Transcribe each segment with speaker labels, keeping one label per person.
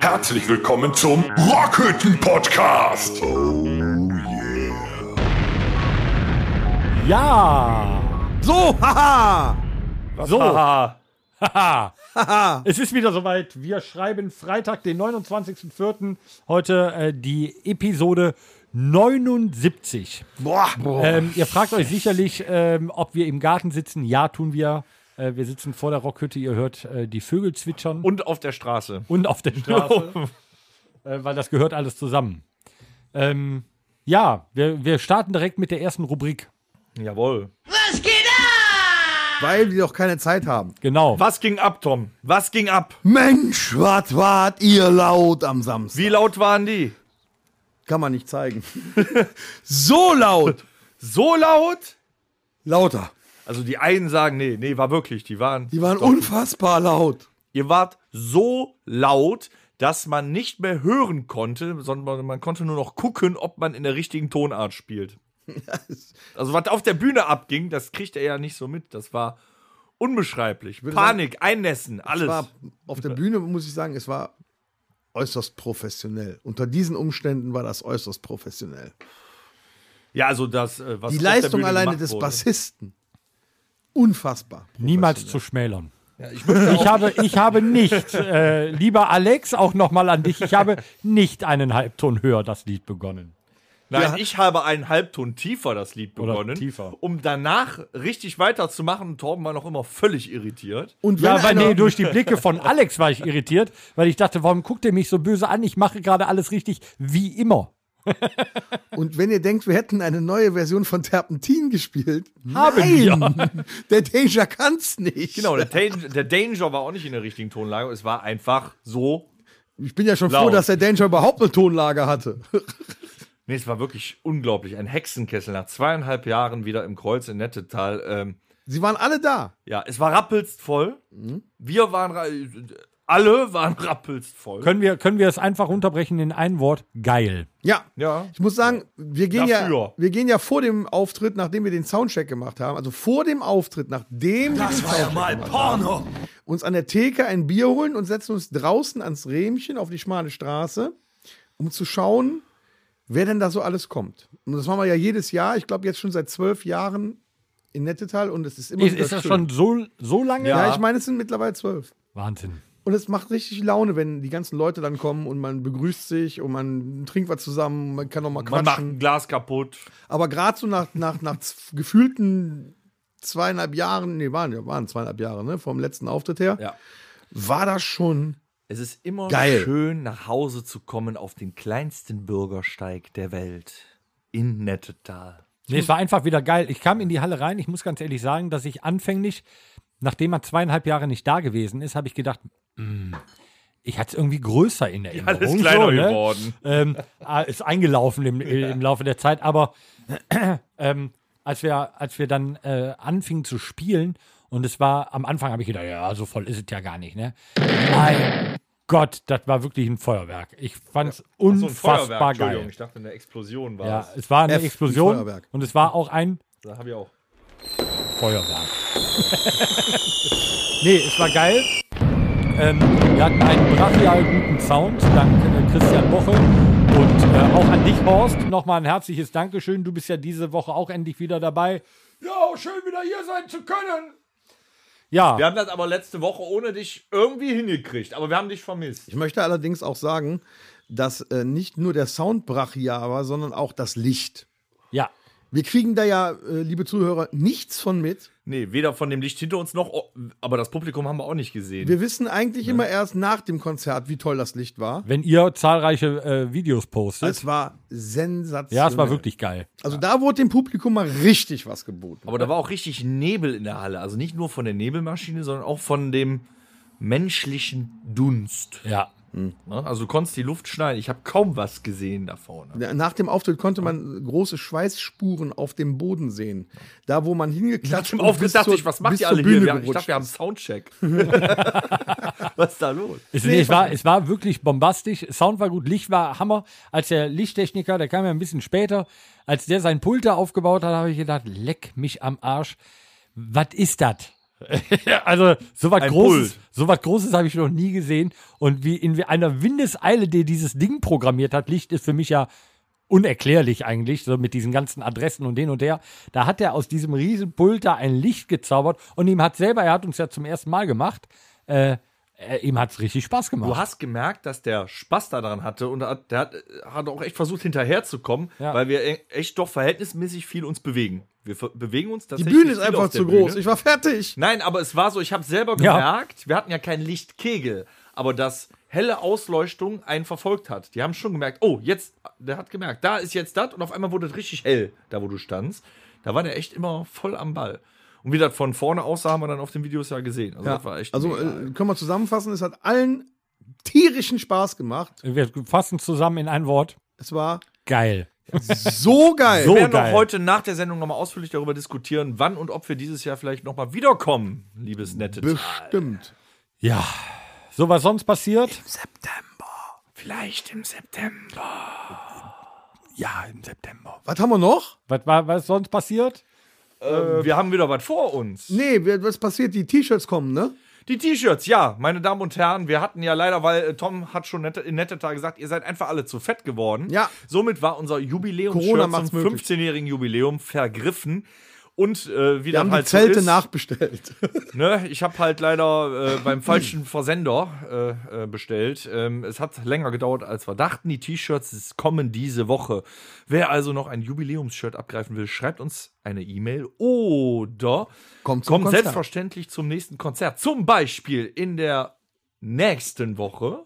Speaker 1: Herzlich willkommen zum Rockhütten Podcast. Oh yeah.
Speaker 2: Ja!
Speaker 3: So, haha!
Speaker 2: So! Haha! Haha.
Speaker 3: Haha!
Speaker 2: es ist wieder soweit. Wir schreiben Freitag, den 29.04. Heute äh, die Episode 79.
Speaker 3: Boah!
Speaker 2: Ähm, ihr fragt euch sicherlich, ähm, ob wir im Garten sitzen. Ja, tun wir. Äh, wir sitzen vor der Rockhütte. Ihr hört äh, die Vögel zwitschern und,
Speaker 4: und auf der Straße.
Speaker 2: auf der Straße, äh, weil das gehört alles zusammen. Ähm, ja, wir, wir starten direkt mit der ersten Rubrik.
Speaker 4: Jawohl.
Speaker 3: Weil wir doch keine Zeit haben.
Speaker 2: Genau.
Speaker 4: Was ging ab, Tom? Was ging ab?
Speaker 3: Mensch, was wart ihr laut am Samstag?
Speaker 4: Wie laut waren die?
Speaker 3: Kann man nicht zeigen. so laut!
Speaker 4: So laut?
Speaker 3: Lauter.
Speaker 4: Also die einen sagen, nee, nee, war wirklich, die waren.
Speaker 3: Die waren
Speaker 4: Doch.
Speaker 3: unfassbar laut.
Speaker 4: Ihr wart so laut, dass man nicht mehr hören konnte, sondern man konnte nur noch gucken, ob man in der richtigen Tonart spielt. Also was auf der Bühne abging, das kriegt er ja nicht so mit. Das war unbeschreiblich. Panik, Einnässen, alles.
Speaker 3: War, auf der Bühne muss ich sagen, es war äußerst professionell. Unter diesen Umständen war das äußerst professionell.
Speaker 4: ja, also das, äh, was
Speaker 3: Die
Speaker 4: auf der
Speaker 3: Leistung
Speaker 4: Bühne
Speaker 3: alleine
Speaker 4: gemacht
Speaker 3: des
Speaker 4: wurde.
Speaker 3: Bassisten. Unfassbar.
Speaker 2: Niemals zu schmälern. ich, habe, ich habe nicht, äh, lieber Alex, auch nochmal an dich, ich habe nicht einen Halbton höher das Lied begonnen.
Speaker 4: Nein,
Speaker 3: Ja.
Speaker 4: ich habe einen Halbton tiefer das Lied
Speaker 2: Oder
Speaker 4: begonnen,
Speaker 2: tiefer.
Speaker 4: um danach richtig weiterzumachen. Und Torben war noch immer völlig irritiert.
Speaker 3: Und
Speaker 2: Ja,
Speaker 3: wenn
Speaker 2: weil
Speaker 3: einer-
Speaker 2: nee, durch die Blicke von Alex war ich irritiert, weil ich dachte, warum guckt er mich so böse an? Ich mache gerade alles richtig, wie immer.
Speaker 3: Und wenn ihr denkt, wir hätten eine neue Version von Terpentin gespielt,
Speaker 2: Haben
Speaker 3: nein! Der Deja kann's nicht.
Speaker 4: Genau, der, Dan- der Danger war auch nicht in der richtigen Tonlage. Es war einfach so.
Speaker 3: Ich bin ja schon froh,
Speaker 4: Laut.
Speaker 3: dass der Danger überhaupt eine Tonlage hatte.
Speaker 4: Nee, es war wirklich unglaublich. Ein Hexenkessel nach zweieinhalb Jahren wieder im Kreuz in Nettetal. Ähm,
Speaker 3: Sie waren alle da.
Speaker 4: ja, es war rappelst voll. Wir waren, ra- alle waren rappelst voll.
Speaker 2: Können wir, können wir es einfach unterbrechen in ein Wort? Geil.
Speaker 3: Ja.
Speaker 4: ja.
Speaker 3: Ich muss sagen, wir gehen, ja,
Speaker 4: Dafür.
Speaker 3: wir gehen ja vor dem Auftritt, nachdem wir den Soundcheck gemacht haben, also vor dem Auftritt, nachdem das wir den Soundcheck gemacht
Speaker 4: Porno.
Speaker 3: haben, uns an der Theke ein Bier holen und setzen uns draußen ans Rähmchen auf die schmale Straße, um zu schauen, wer denn da so alles kommt. Und das machen wir ja jedes Jahr, ich glaube jetzt schon seit zwölf Jahren in Nettetal und es ist immer
Speaker 2: Ist,
Speaker 3: wieder
Speaker 2: ist das
Speaker 3: schön.
Speaker 2: schon so, so lange?
Speaker 3: Ja,
Speaker 4: Ja.
Speaker 3: ich meine, es sind mittlerweile zwölf.
Speaker 2: Wahnsinn.
Speaker 3: Und es macht richtig Laune, wenn die ganzen Leute dann kommen und man begrüßt sich und man trinkt was zusammen, man kann noch mal
Speaker 4: Man macht ein
Speaker 3: quatschen.
Speaker 4: Glas kaputt.
Speaker 3: Aber gerade so nach, nach, nach z- gefühlten zweieinhalb Jahren, nee, waren, ja, waren zweieinhalb Jahre, ne, vom letzten Auftritt her,
Speaker 4: Ja.
Speaker 3: war das schon.
Speaker 4: Es ist immer
Speaker 3: Geil.
Speaker 4: schön, nach Hause zu kommen auf den kleinsten Bürgersteig der Welt in Nettetal.
Speaker 2: Nee, es war einfach wieder geil. Ich kam in die Halle rein. Ich muss ganz ehrlich sagen, dass ich anfänglich, nachdem man zweieinhalb Jahre nicht da gewesen ist, habe ich gedacht, "Mm, ich hatte es irgendwie größer in Erinnerung.
Speaker 4: Alles kleiner
Speaker 2: so, ne?
Speaker 4: geworden.
Speaker 2: Ähm, ah, ist eingelaufen im, äh, im Laufe der Zeit. Aber ähm, als, wir, als wir dann äh, anfingen zu spielen und es war, am Anfang habe ich gedacht, ja, so voll ist es ja gar nicht. Ne? Mein Gott, das war wirklich ein Feuerwerk. Ich fand es
Speaker 4: So ein Feuerwerk,
Speaker 2: unfassbar
Speaker 4: Entschuldigung,
Speaker 2: geil.
Speaker 4: ich dachte, eine Explosion war
Speaker 2: Ja,
Speaker 4: es.
Speaker 2: es war eine
Speaker 3: F, ein
Speaker 2: Explosion
Speaker 3: Feuerwerk.
Speaker 2: und es war auch ein
Speaker 4: Da habe ich auch.
Speaker 2: Feuerwerk. nee, es war geil. Ähm, wir hatten einen brachial guten Sound, dank äh, Christian Woche und äh, auch an dich, Horst. Nochmal ein herzliches Dankeschön. Du bist ja diese Woche auch endlich wieder dabei.
Speaker 4: Ja, schön wieder hier sein zu können.
Speaker 2: Ja,
Speaker 4: Wir haben das aber letzte Woche ohne dich irgendwie hingekriegt, aber wir haben dich vermisst.
Speaker 3: Ich möchte allerdings auch sagen, dass äh, nicht nur der Sound brachial war, sondern auch das Licht.
Speaker 2: ja.
Speaker 3: Wir kriegen da ja, äh, liebe Zuhörer, nichts von mit.
Speaker 4: Nee, weder von dem Licht hinter uns noch, oh, aber das Publikum haben wir auch nicht gesehen.
Speaker 3: Wir wissen eigentlich immer erst nach dem Konzert, wie toll das Licht war.
Speaker 2: Wenn ihr zahlreiche äh, Videos postet.
Speaker 3: Es war sensationell.
Speaker 2: ja, es war wirklich geil.
Speaker 3: Also da wurde dem Publikum mal richtig was geboten.
Speaker 4: aber da war auch richtig Nebel in der Halle, also nicht nur von der Nebelmaschine, sondern auch von dem menschlichen Dunst.
Speaker 2: Ja.
Speaker 4: Ne? Also du konntest die Luft schneiden. Ich habe kaum was gesehen da vorne.
Speaker 3: Nach dem Auftritt konnte man große Schweißspuren auf dem Boden sehen. Da, wo man hingeklatscht
Speaker 4: Zum
Speaker 3: und bis
Speaker 4: Auftritt dachte
Speaker 3: zur-
Speaker 4: ich, was macht
Speaker 3: bis
Speaker 4: ihr
Speaker 3: zur
Speaker 4: alle hier?
Speaker 3: Bühne
Speaker 4: Wir, ich
Speaker 3: gerutscht
Speaker 4: dachte, wir haben
Speaker 3: ist.
Speaker 4: Soundcheck. was ist da los?
Speaker 2: Es, nee, es, war, es war wirklich bombastisch. Sound war gut, Licht war Hammer. Als der Lichttechniker, der kam ja ein bisschen später, als der sein Pult da aufgebaut hat, habe ich gedacht, leck mich am Arsch. Was ist das? also so was
Speaker 4: Ein
Speaker 2: Großes,
Speaker 4: Pult.
Speaker 2: so was Großes habe ich noch nie gesehen. Und wie in einer Windeseile, die dieses Ding programmiert hat, Licht ist für mich ja unerklärlich eigentlich, so mit diesen ganzen Adressen und den und der. Da hat er aus diesem riesen Pult da ein Licht gezaubert und ihm hat selber, er hat uns ja zum ersten Mal gemacht, äh, äh, ihm hat's richtig Spaß gemacht.
Speaker 4: Du hast gemerkt, dass der Spaß daran hatte und hat, der hat, hat auch echt versucht, hinterherzukommen,
Speaker 2: Ja.
Speaker 4: weil wir e- echt doch verhältnismäßig viel uns bewegen. Wir ver- bewegen uns
Speaker 3: Die
Speaker 4: tatsächlich.
Speaker 3: Bühne ist
Speaker 4: viel
Speaker 3: einfach
Speaker 4: auf der
Speaker 3: zu groß.
Speaker 4: Bühne.
Speaker 3: Ich war fertig.
Speaker 4: Nein, aber es war so, ich habe selber
Speaker 2: Ja.
Speaker 4: gemerkt, wir hatten ja keinen Lichtkegel, aber dass helle Ausleuchtung einen verfolgt hat. Die haben schon gemerkt, oh, jetzt, der hat gemerkt, da ist jetzt das und auf einmal wurde es richtig hell, da wo du standst. Da war der echt immer voll am Ball. Und wie das von vorne aussah, haben wir dann auf den Videos ja gesehen. Also das war echt
Speaker 3: Also
Speaker 4: mega.
Speaker 3: äh, können wir zusammenfassen, es hat allen tierischen Spaß gemacht.
Speaker 2: Wir fassen zusammen in ein Wort.
Speaker 3: Es war
Speaker 2: Geil.
Speaker 3: so geil.
Speaker 2: So
Speaker 4: Wir werden
Speaker 2: geil.
Speaker 4: auch heute nach der Sendung nochmal ausführlich darüber diskutieren, wann und ob wir dieses Jahr vielleicht nochmal wiederkommen, liebes nette Tal.
Speaker 3: Bestimmt.
Speaker 2: Ja. So was sonst passiert?
Speaker 4: Vielleicht im September.
Speaker 2: Ja, im September.
Speaker 3: Was haben wir noch?
Speaker 2: Was war was sonst passiert?
Speaker 4: Äh, wir haben wieder was vor uns.
Speaker 3: Nee, wir- was passiert? Die T-Shirts kommen, ne?
Speaker 4: Die T-Shirts, ja, meine Damen und Herren, wir hatten ja leider, weil äh, Tom hat schon nette, in netter Tage gesagt, ihr seid einfach alle zu fett geworden.
Speaker 3: Ja.
Speaker 4: Somit war unser Jubiläum
Speaker 3: Corona
Speaker 4: zum
Speaker 3: macht's möglich.
Speaker 4: 15-jährigen Jubiläum vergriffen. Und äh, wie
Speaker 3: Wir
Speaker 4: dann
Speaker 3: haben die
Speaker 4: halt so
Speaker 3: Zelte
Speaker 4: ist,
Speaker 3: nachbestellt.
Speaker 4: Ne, ich habe halt leider äh, beim falschen Versender äh, äh, bestellt. Ähm, es hat länger gedauert, als wir dachten. Die T-Shirts es kommen diese Woche. Wer also noch ein Jubiläums-Shirt abgreifen will, schreibt uns eine E-Mail oder
Speaker 3: Kommt zum
Speaker 4: kommt
Speaker 3: Konzert.
Speaker 4: selbstverständlich zum nächsten Konzert. Zum Beispiel in der nächsten Woche.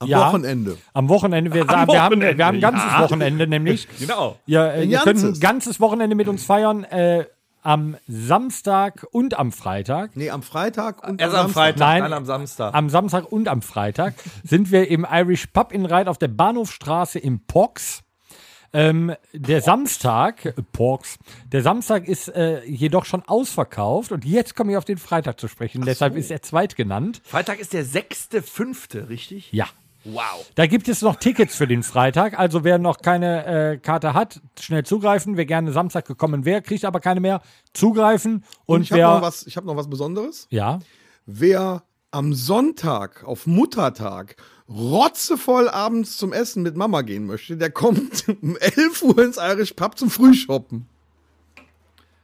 Speaker 3: Am
Speaker 2: Ja.
Speaker 3: Wochenende.
Speaker 2: Am Wochenende, wir,
Speaker 4: Am
Speaker 2: sagen, wir haben,
Speaker 4: Wochenende,
Speaker 2: wir haben ein ganzes
Speaker 4: ja.
Speaker 2: Wochenende nämlich.
Speaker 4: Genau.
Speaker 2: Ja, äh, ihr
Speaker 3: ganzes.
Speaker 2: könnt ein ganzes Wochenende mit uns feiern. Äh, am Samstag und am Freitag.
Speaker 3: Nee, am Freitag und
Speaker 4: Erst am
Speaker 3: Samstag.
Speaker 4: Freitag,
Speaker 2: Nein.
Speaker 4: dann am Samstag.
Speaker 2: Am Samstag und am Freitag sind wir im Irish Pub in Reit auf der Bahnhofstraße im Pox. Ähm, der Samstag, äh, Porks, der Samstag ist äh, jedoch schon ausverkauft und jetzt komme ich auf den Freitag zu sprechen, deshalb ist er zweitgenannt.
Speaker 4: Freitag ist der 6.5., richtig?
Speaker 2: Ja.
Speaker 4: Wow.
Speaker 2: Da gibt es noch Tickets für den Freitag. Also wer noch keine äh, Karte hat, schnell zugreifen. Wer gerne Samstag gekommen wäre, kriegt aber keine mehr. Zugreifen und,
Speaker 3: Ich habe
Speaker 2: wer
Speaker 3: noch, was- ich hab noch was Besonderes.
Speaker 2: ja
Speaker 3: Wer am Sonntag, auf Muttertag, rotzevoll abends zum Essen mit Mama gehen möchte, der kommt um 11 Uhr ins Irish Pub zum Frühshoppen.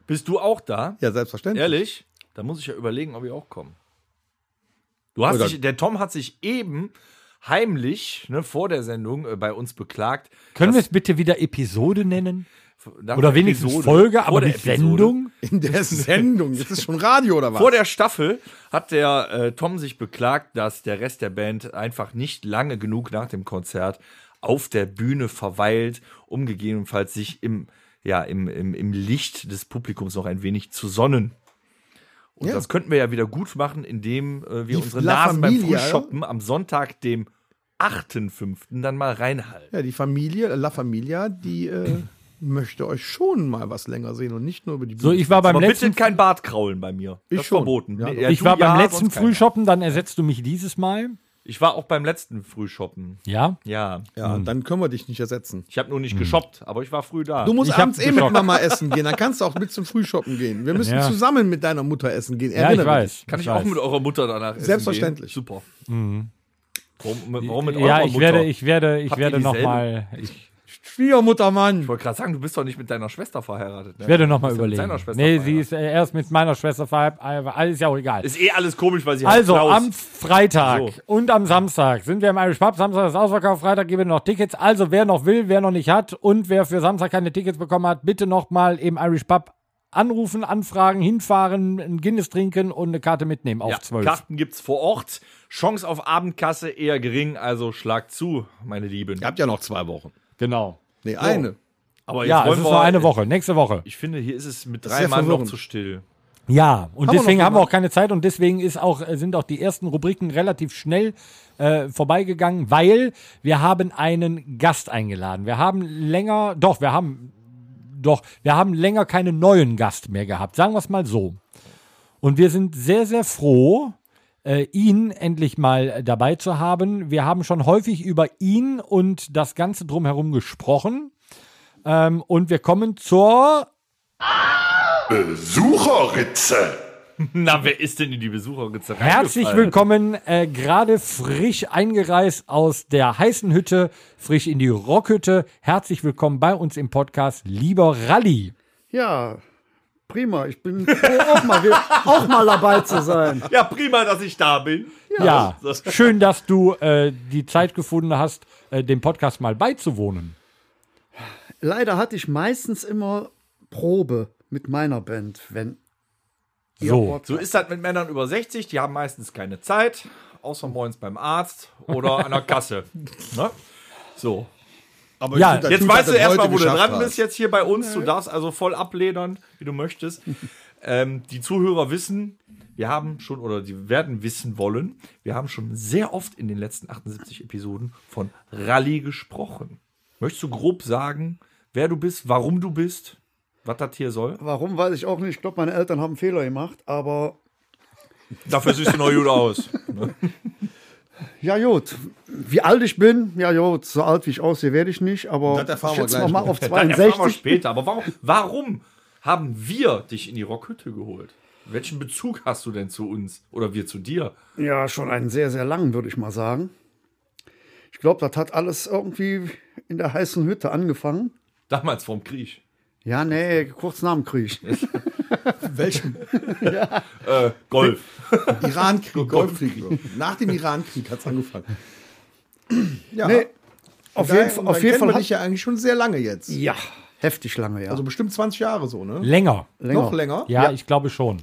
Speaker 4: Bist du auch da?
Speaker 3: Ja, selbstverständlich.
Speaker 4: Ehrlich? Da muss ich ja überlegen, ob ich auch komme. Du hast
Speaker 2: Oh,
Speaker 3: Oder-
Speaker 4: dich, der Tom hat sich eben heimlich ne, vor der Sendung äh, bei uns beklagt.
Speaker 2: können wir
Speaker 4: dass-
Speaker 2: es bitte wieder Episode nennen
Speaker 4: nach
Speaker 2: oder
Speaker 4: der
Speaker 2: wenigstens
Speaker 4: Episode-
Speaker 2: Folge,
Speaker 4: vor
Speaker 2: aber
Speaker 4: der
Speaker 2: die
Speaker 4: Episode-
Speaker 2: Sendung?
Speaker 3: In der Sendung. Jetzt ist schon Radio oder was?
Speaker 4: Vor der Staffel hat der äh, Tom sich beklagt, dass der Rest der Band einfach nicht lange genug nach dem Konzert auf der Bühne verweilt, um gegebenenfalls sich im, ja, im, im, im Licht des Publikums noch ein wenig zu sonnen. Und
Speaker 3: Ja.
Speaker 4: das könnten wir ja wieder gut machen, indem äh,
Speaker 3: Die
Speaker 4: wir unsere
Speaker 3: La
Speaker 4: Nasen
Speaker 3: Familia.
Speaker 4: beim Frühshoppen am Sonntag, dem 8.5. dann mal reinhalten.
Speaker 3: ja, die Familie, La Familia, die äh, möchte euch schon mal was länger sehen und nicht nur über die Bühne.
Speaker 2: So, ich war beim
Speaker 4: Aber bitte
Speaker 2: letzten
Speaker 4: kein Bart kraulen bei mir.
Speaker 3: Ich
Speaker 4: das ist
Speaker 3: schon.
Speaker 4: verboten.
Speaker 3: Ja,
Speaker 4: Nee, äh,
Speaker 3: doch.
Speaker 2: ich
Speaker 4: du
Speaker 2: war beim
Speaker 4: ja,
Speaker 2: letzten
Speaker 4: sonst keiner.
Speaker 2: Frühshoppen, dann ersetzt du mich dieses Mal.
Speaker 4: Ich war auch beim letzten Frühshoppen.
Speaker 2: Ja.
Speaker 4: Ja.
Speaker 3: ja,
Speaker 2: Hm.
Speaker 3: dann können wir dich nicht ersetzen.
Speaker 4: Ich habe nur
Speaker 2: Mhm.
Speaker 4: nicht geshoppt, aber ich war früh da.
Speaker 3: Du musst
Speaker 2: Ich
Speaker 3: abends
Speaker 2: hab's
Speaker 3: eh mit
Speaker 2: geschockt.
Speaker 3: Mama essen gehen, dann kannst du auch mit zum Frühshoppen gehen. Wir müssen
Speaker 2: Ja.
Speaker 3: zusammen mit deiner Mutter essen gehen.
Speaker 2: Ja, ich
Speaker 3: Erinnere
Speaker 2: weiß.
Speaker 4: Kann ich,
Speaker 2: weiß. Mhm.
Speaker 4: auch mit eurer Mutter danach essen
Speaker 3: Selbstverständlich.
Speaker 4: Gehen? Super. Warum, mit- warum mit
Speaker 2: Ja,
Speaker 4: eurer
Speaker 2: ich
Speaker 4: Mutter?
Speaker 2: werde, ich werde, ich
Speaker 4: Habt ihr
Speaker 2: werde noch
Speaker 4: dieselbe?
Speaker 2: mal, ich
Speaker 3: Dich. Schwiegermutter, Mann.
Speaker 4: Ich wollte gerade sagen, du bist doch nicht mit deiner Schwester verheiratet. Ne?
Speaker 2: werde noch mal
Speaker 4: Du bist ja mit
Speaker 2: überlegen.
Speaker 4: seiner Schwester
Speaker 2: Nee, sie
Speaker 4: verheiratet.
Speaker 2: ist äh, erst mit meiner Schwester verheiratet, aber alles ist ja auch egal.
Speaker 4: Ist eh alles komisch, weil sie
Speaker 2: Also
Speaker 4: heißt Klaus.
Speaker 2: am Freitag
Speaker 4: So.
Speaker 2: und am Samstag sind wir im Irish Pub. Samstag ist Ausverkauf, Freitag geben wir noch Tickets. Also wer noch will, wer noch nicht hat und wer für Samstag keine Tickets bekommen hat, bitte nochmal im Irish Pub anrufen, anfragen, hinfahren, ein Guinness trinken und eine Karte mitnehmen auf
Speaker 4: ja,
Speaker 2: 12.
Speaker 4: Karten gibt's vor Ort. Chance auf Abendkasse eher gering, also schlag zu, meine Lieben.
Speaker 3: Ihr habt ja noch zwei Wochen.
Speaker 2: Genau.
Speaker 3: Nee, eine.
Speaker 4: aber
Speaker 2: Ja, es ist
Speaker 4: wir-
Speaker 2: noch eine Woche, nächste Woche.
Speaker 4: Ich finde, hier ist es mit
Speaker 3: ist
Speaker 4: drei
Speaker 3: sehr
Speaker 4: Mann noch
Speaker 3: verwirrend.
Speaker 4: zu still.
Speaker 2: Ja, und
Speaker 3: Haben
Speaker 2: deswegen
Speaker 3: wir
Speaker 2: haben
Speaker 3: noch
Speaker 2: wir
Speaker 3: jemanden?
Speaker 2: auch keine Zeit und deswegen ist auch, äh, sind auch die ersten Rubriken relativ schnell äh, vorbeigegangen, weil wir haben einen Gast eingeladen. Wir haben länger, doch, wir haben, doch, wir haben länger keinen neuen Gast mehr gehabt. Sagen wir es mal so. Und wir sind sehr, sehr froh, äh, ihn endlich mal äh, dabei zu haben. Wir haben schon häufig über ihn und das Ganze drumherum gesprochen. Ähm, und wir kommen zur
Speaker 1: Besucherritze.
Speaker 4: Na, wer ist denn in die Besucherritze
Speaker 2: Herzlich
Speaker 4: reingefallen?
Speaker 2: willkommen, äh, gerade frisch eingereist aus der heißen Hütte, frisch in die Rockhütte. Herzlich willkommen bei uns im Podcast, lieber Rally.
Speaker 5: Ja, prima. Ich bin froh, auch mal, wir- auch mal dabei zu sein.
Speaker 4: Ja, prima, dass ich da bin.
Speaker 2: Ja, schön, dass du äh, die Zeit gefunden hast, äh, dem Podcast mal beizuwohnen.
Speaker 5: Leider hatte ich meistens immer Probe mit meiner Band, wenn ihr
Speaker 2: So,
Speaker 5: Bock
Speaker 4: So ist das mit Männern über 60, die haben meistens keine Zeit, außer morgens beim Arzt oder an der Kasse. ne? So.
Speaker 3: Aber
Speaker 2: Ja,
Speaker 3: find, das
Speaker 4: Jetzt
Speaker 3: Typ
Speaker 4: weißt
Speaker 3: hat
Speaker 4: du
Speaker 3: das
Speaker 4: erstmal,
Speaker 3: heute
Speaker 4: wo du
Speaker 3: geschafft
Speaker 4: dran bist, jetzt hier bei uns. Du darfst also voll abledern, wie du möchtest. ähm, die Zuhörer wissen, wir haben schon, oder die werden wissen wollen, wir haben schon sehr oft in den letzten 78 Episoden von Rallye gesprochen. Möchtest du grob sagen, wer du bist, warum du bist, was das hier soll?
Speaker 5: Warum, weiß ich auch nicht. Ich glaube, meine Eltern haben einen Fehler gemacht, aber
Speaker 4: Dafür siehst du noch gut aus.
Speaker 5: ja gut. Wie alt ich bin, ja gut, so alt wie ich aussehe, werde ich nicht, aber
Speaker 3: Das erfahren
Speaker 5: ich
Speaker 3: wir
Speaker 5: schätze
Speaker 3: gleich
Speaker 5: mal
Speaker 3: noch.
Speaker 5: auf
Speaker 4: Dann erfahren wir
Speaker 5: 62.
Speaker 4: später. Aber warum, warum haben wir dich in die Rockhütte geholt? Welchen Bezug hast du denn zu uns oder wir zu dir?
Speaker 5: Ja, schon einen sehr, sehr langen, würde ich mal sagen. Ich glaube, das hat alles irgendwie in der heißen Hütte angefangen.
Speaker 4: Damals vom Krieg.
Speaker 5: Ja, nee, kurz nach dem Krieg.
Speaker 3: Welchen
Speaker 4: Äh, Golf.
Speaker 3: Irankrieg, Golfkrieg. Nach dem Irankrieg hat es angefangen. Ja,
Speaker 5: Nee, auf
Speaker 3: daher-
Speaker 5: jeden, Fall-
Speaker 3: und
Speaker 5: auf
Speaker 3: dann
Speaker 5: jeden
Speaker 3: kennen
Speaker 5: Fall
Speaker 3: wir dich ja eigentlich schon sehr lange jetzt.
Speaker 5: Ja, heftig lange, ja.
Speaker 3: Also bestimmt 20 Jahre so, ne?
Speaker 2: länger.
Speaker 3: Noch länger?
Speaker 2: Ja, ich glaube schon.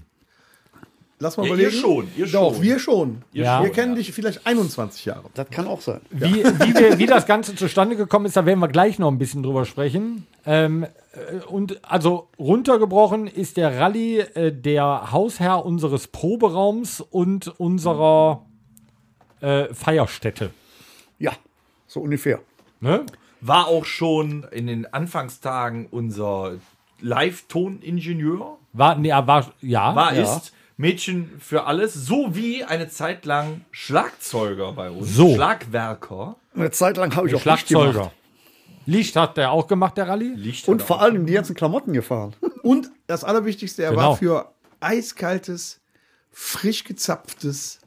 Speaker 3: Lass mal
Speaker 4: Ja,
Speaker 3: überlegen.
Speaker 4: ihr schon, ihr
Speaker 3: Doch,
Speaker 4: schon.
Speaker 3: wir schon.
Speaker 2: Ja.
Speaker 3: wir kennen dich vielleicht 21 Jahre.
Speaker 5: das kann auch sein.
Speaker 2: Wie, wie, wir, wie das Ganze zustande gekommen ist, da werden wir gleich noch ein bisschen drüber sprechen. Ähm, äh, und also runtergebrochen ist der Rallye äh, der Hausherr unseres Proberaums und unserer äh, Feierstätte.
Speaker 5: Ja, so ungefähr.
Speaker 2: Ne?
Speaker 4: War auch schon in den Anfangstagen unser Live-Toningenieur.
Speaker 2: War, nee, er war, ja.
Speaker 4: War
Speaker 2: ja.
Speaker 4: ist Mädchen für alles, sowie eine Zeit lang Schlagzeuger bei uns.
Speaker 2: So.
Speaker 4: Schlagwerker.
Speaker 5: Eine Zeit lang habe ich auch Licht
Speaker 2: Schlagzeuger.
Speaker 5: gemacht.
Speaker 2: Licht hat er auch gemacht, der Rallye.
Speaker 4: Licht
Speaker 5: Und
Speaker 4: hat
Speaker 5: vor
Speaker 4: er auch.
Speaker 5: allem die ganzen Klamotten gefahren.
Speaker 3: Und das Allerwichtigste, er
Speaker 2: Genau.
Speaker 3: war für eiskaltes, frisch gezapftes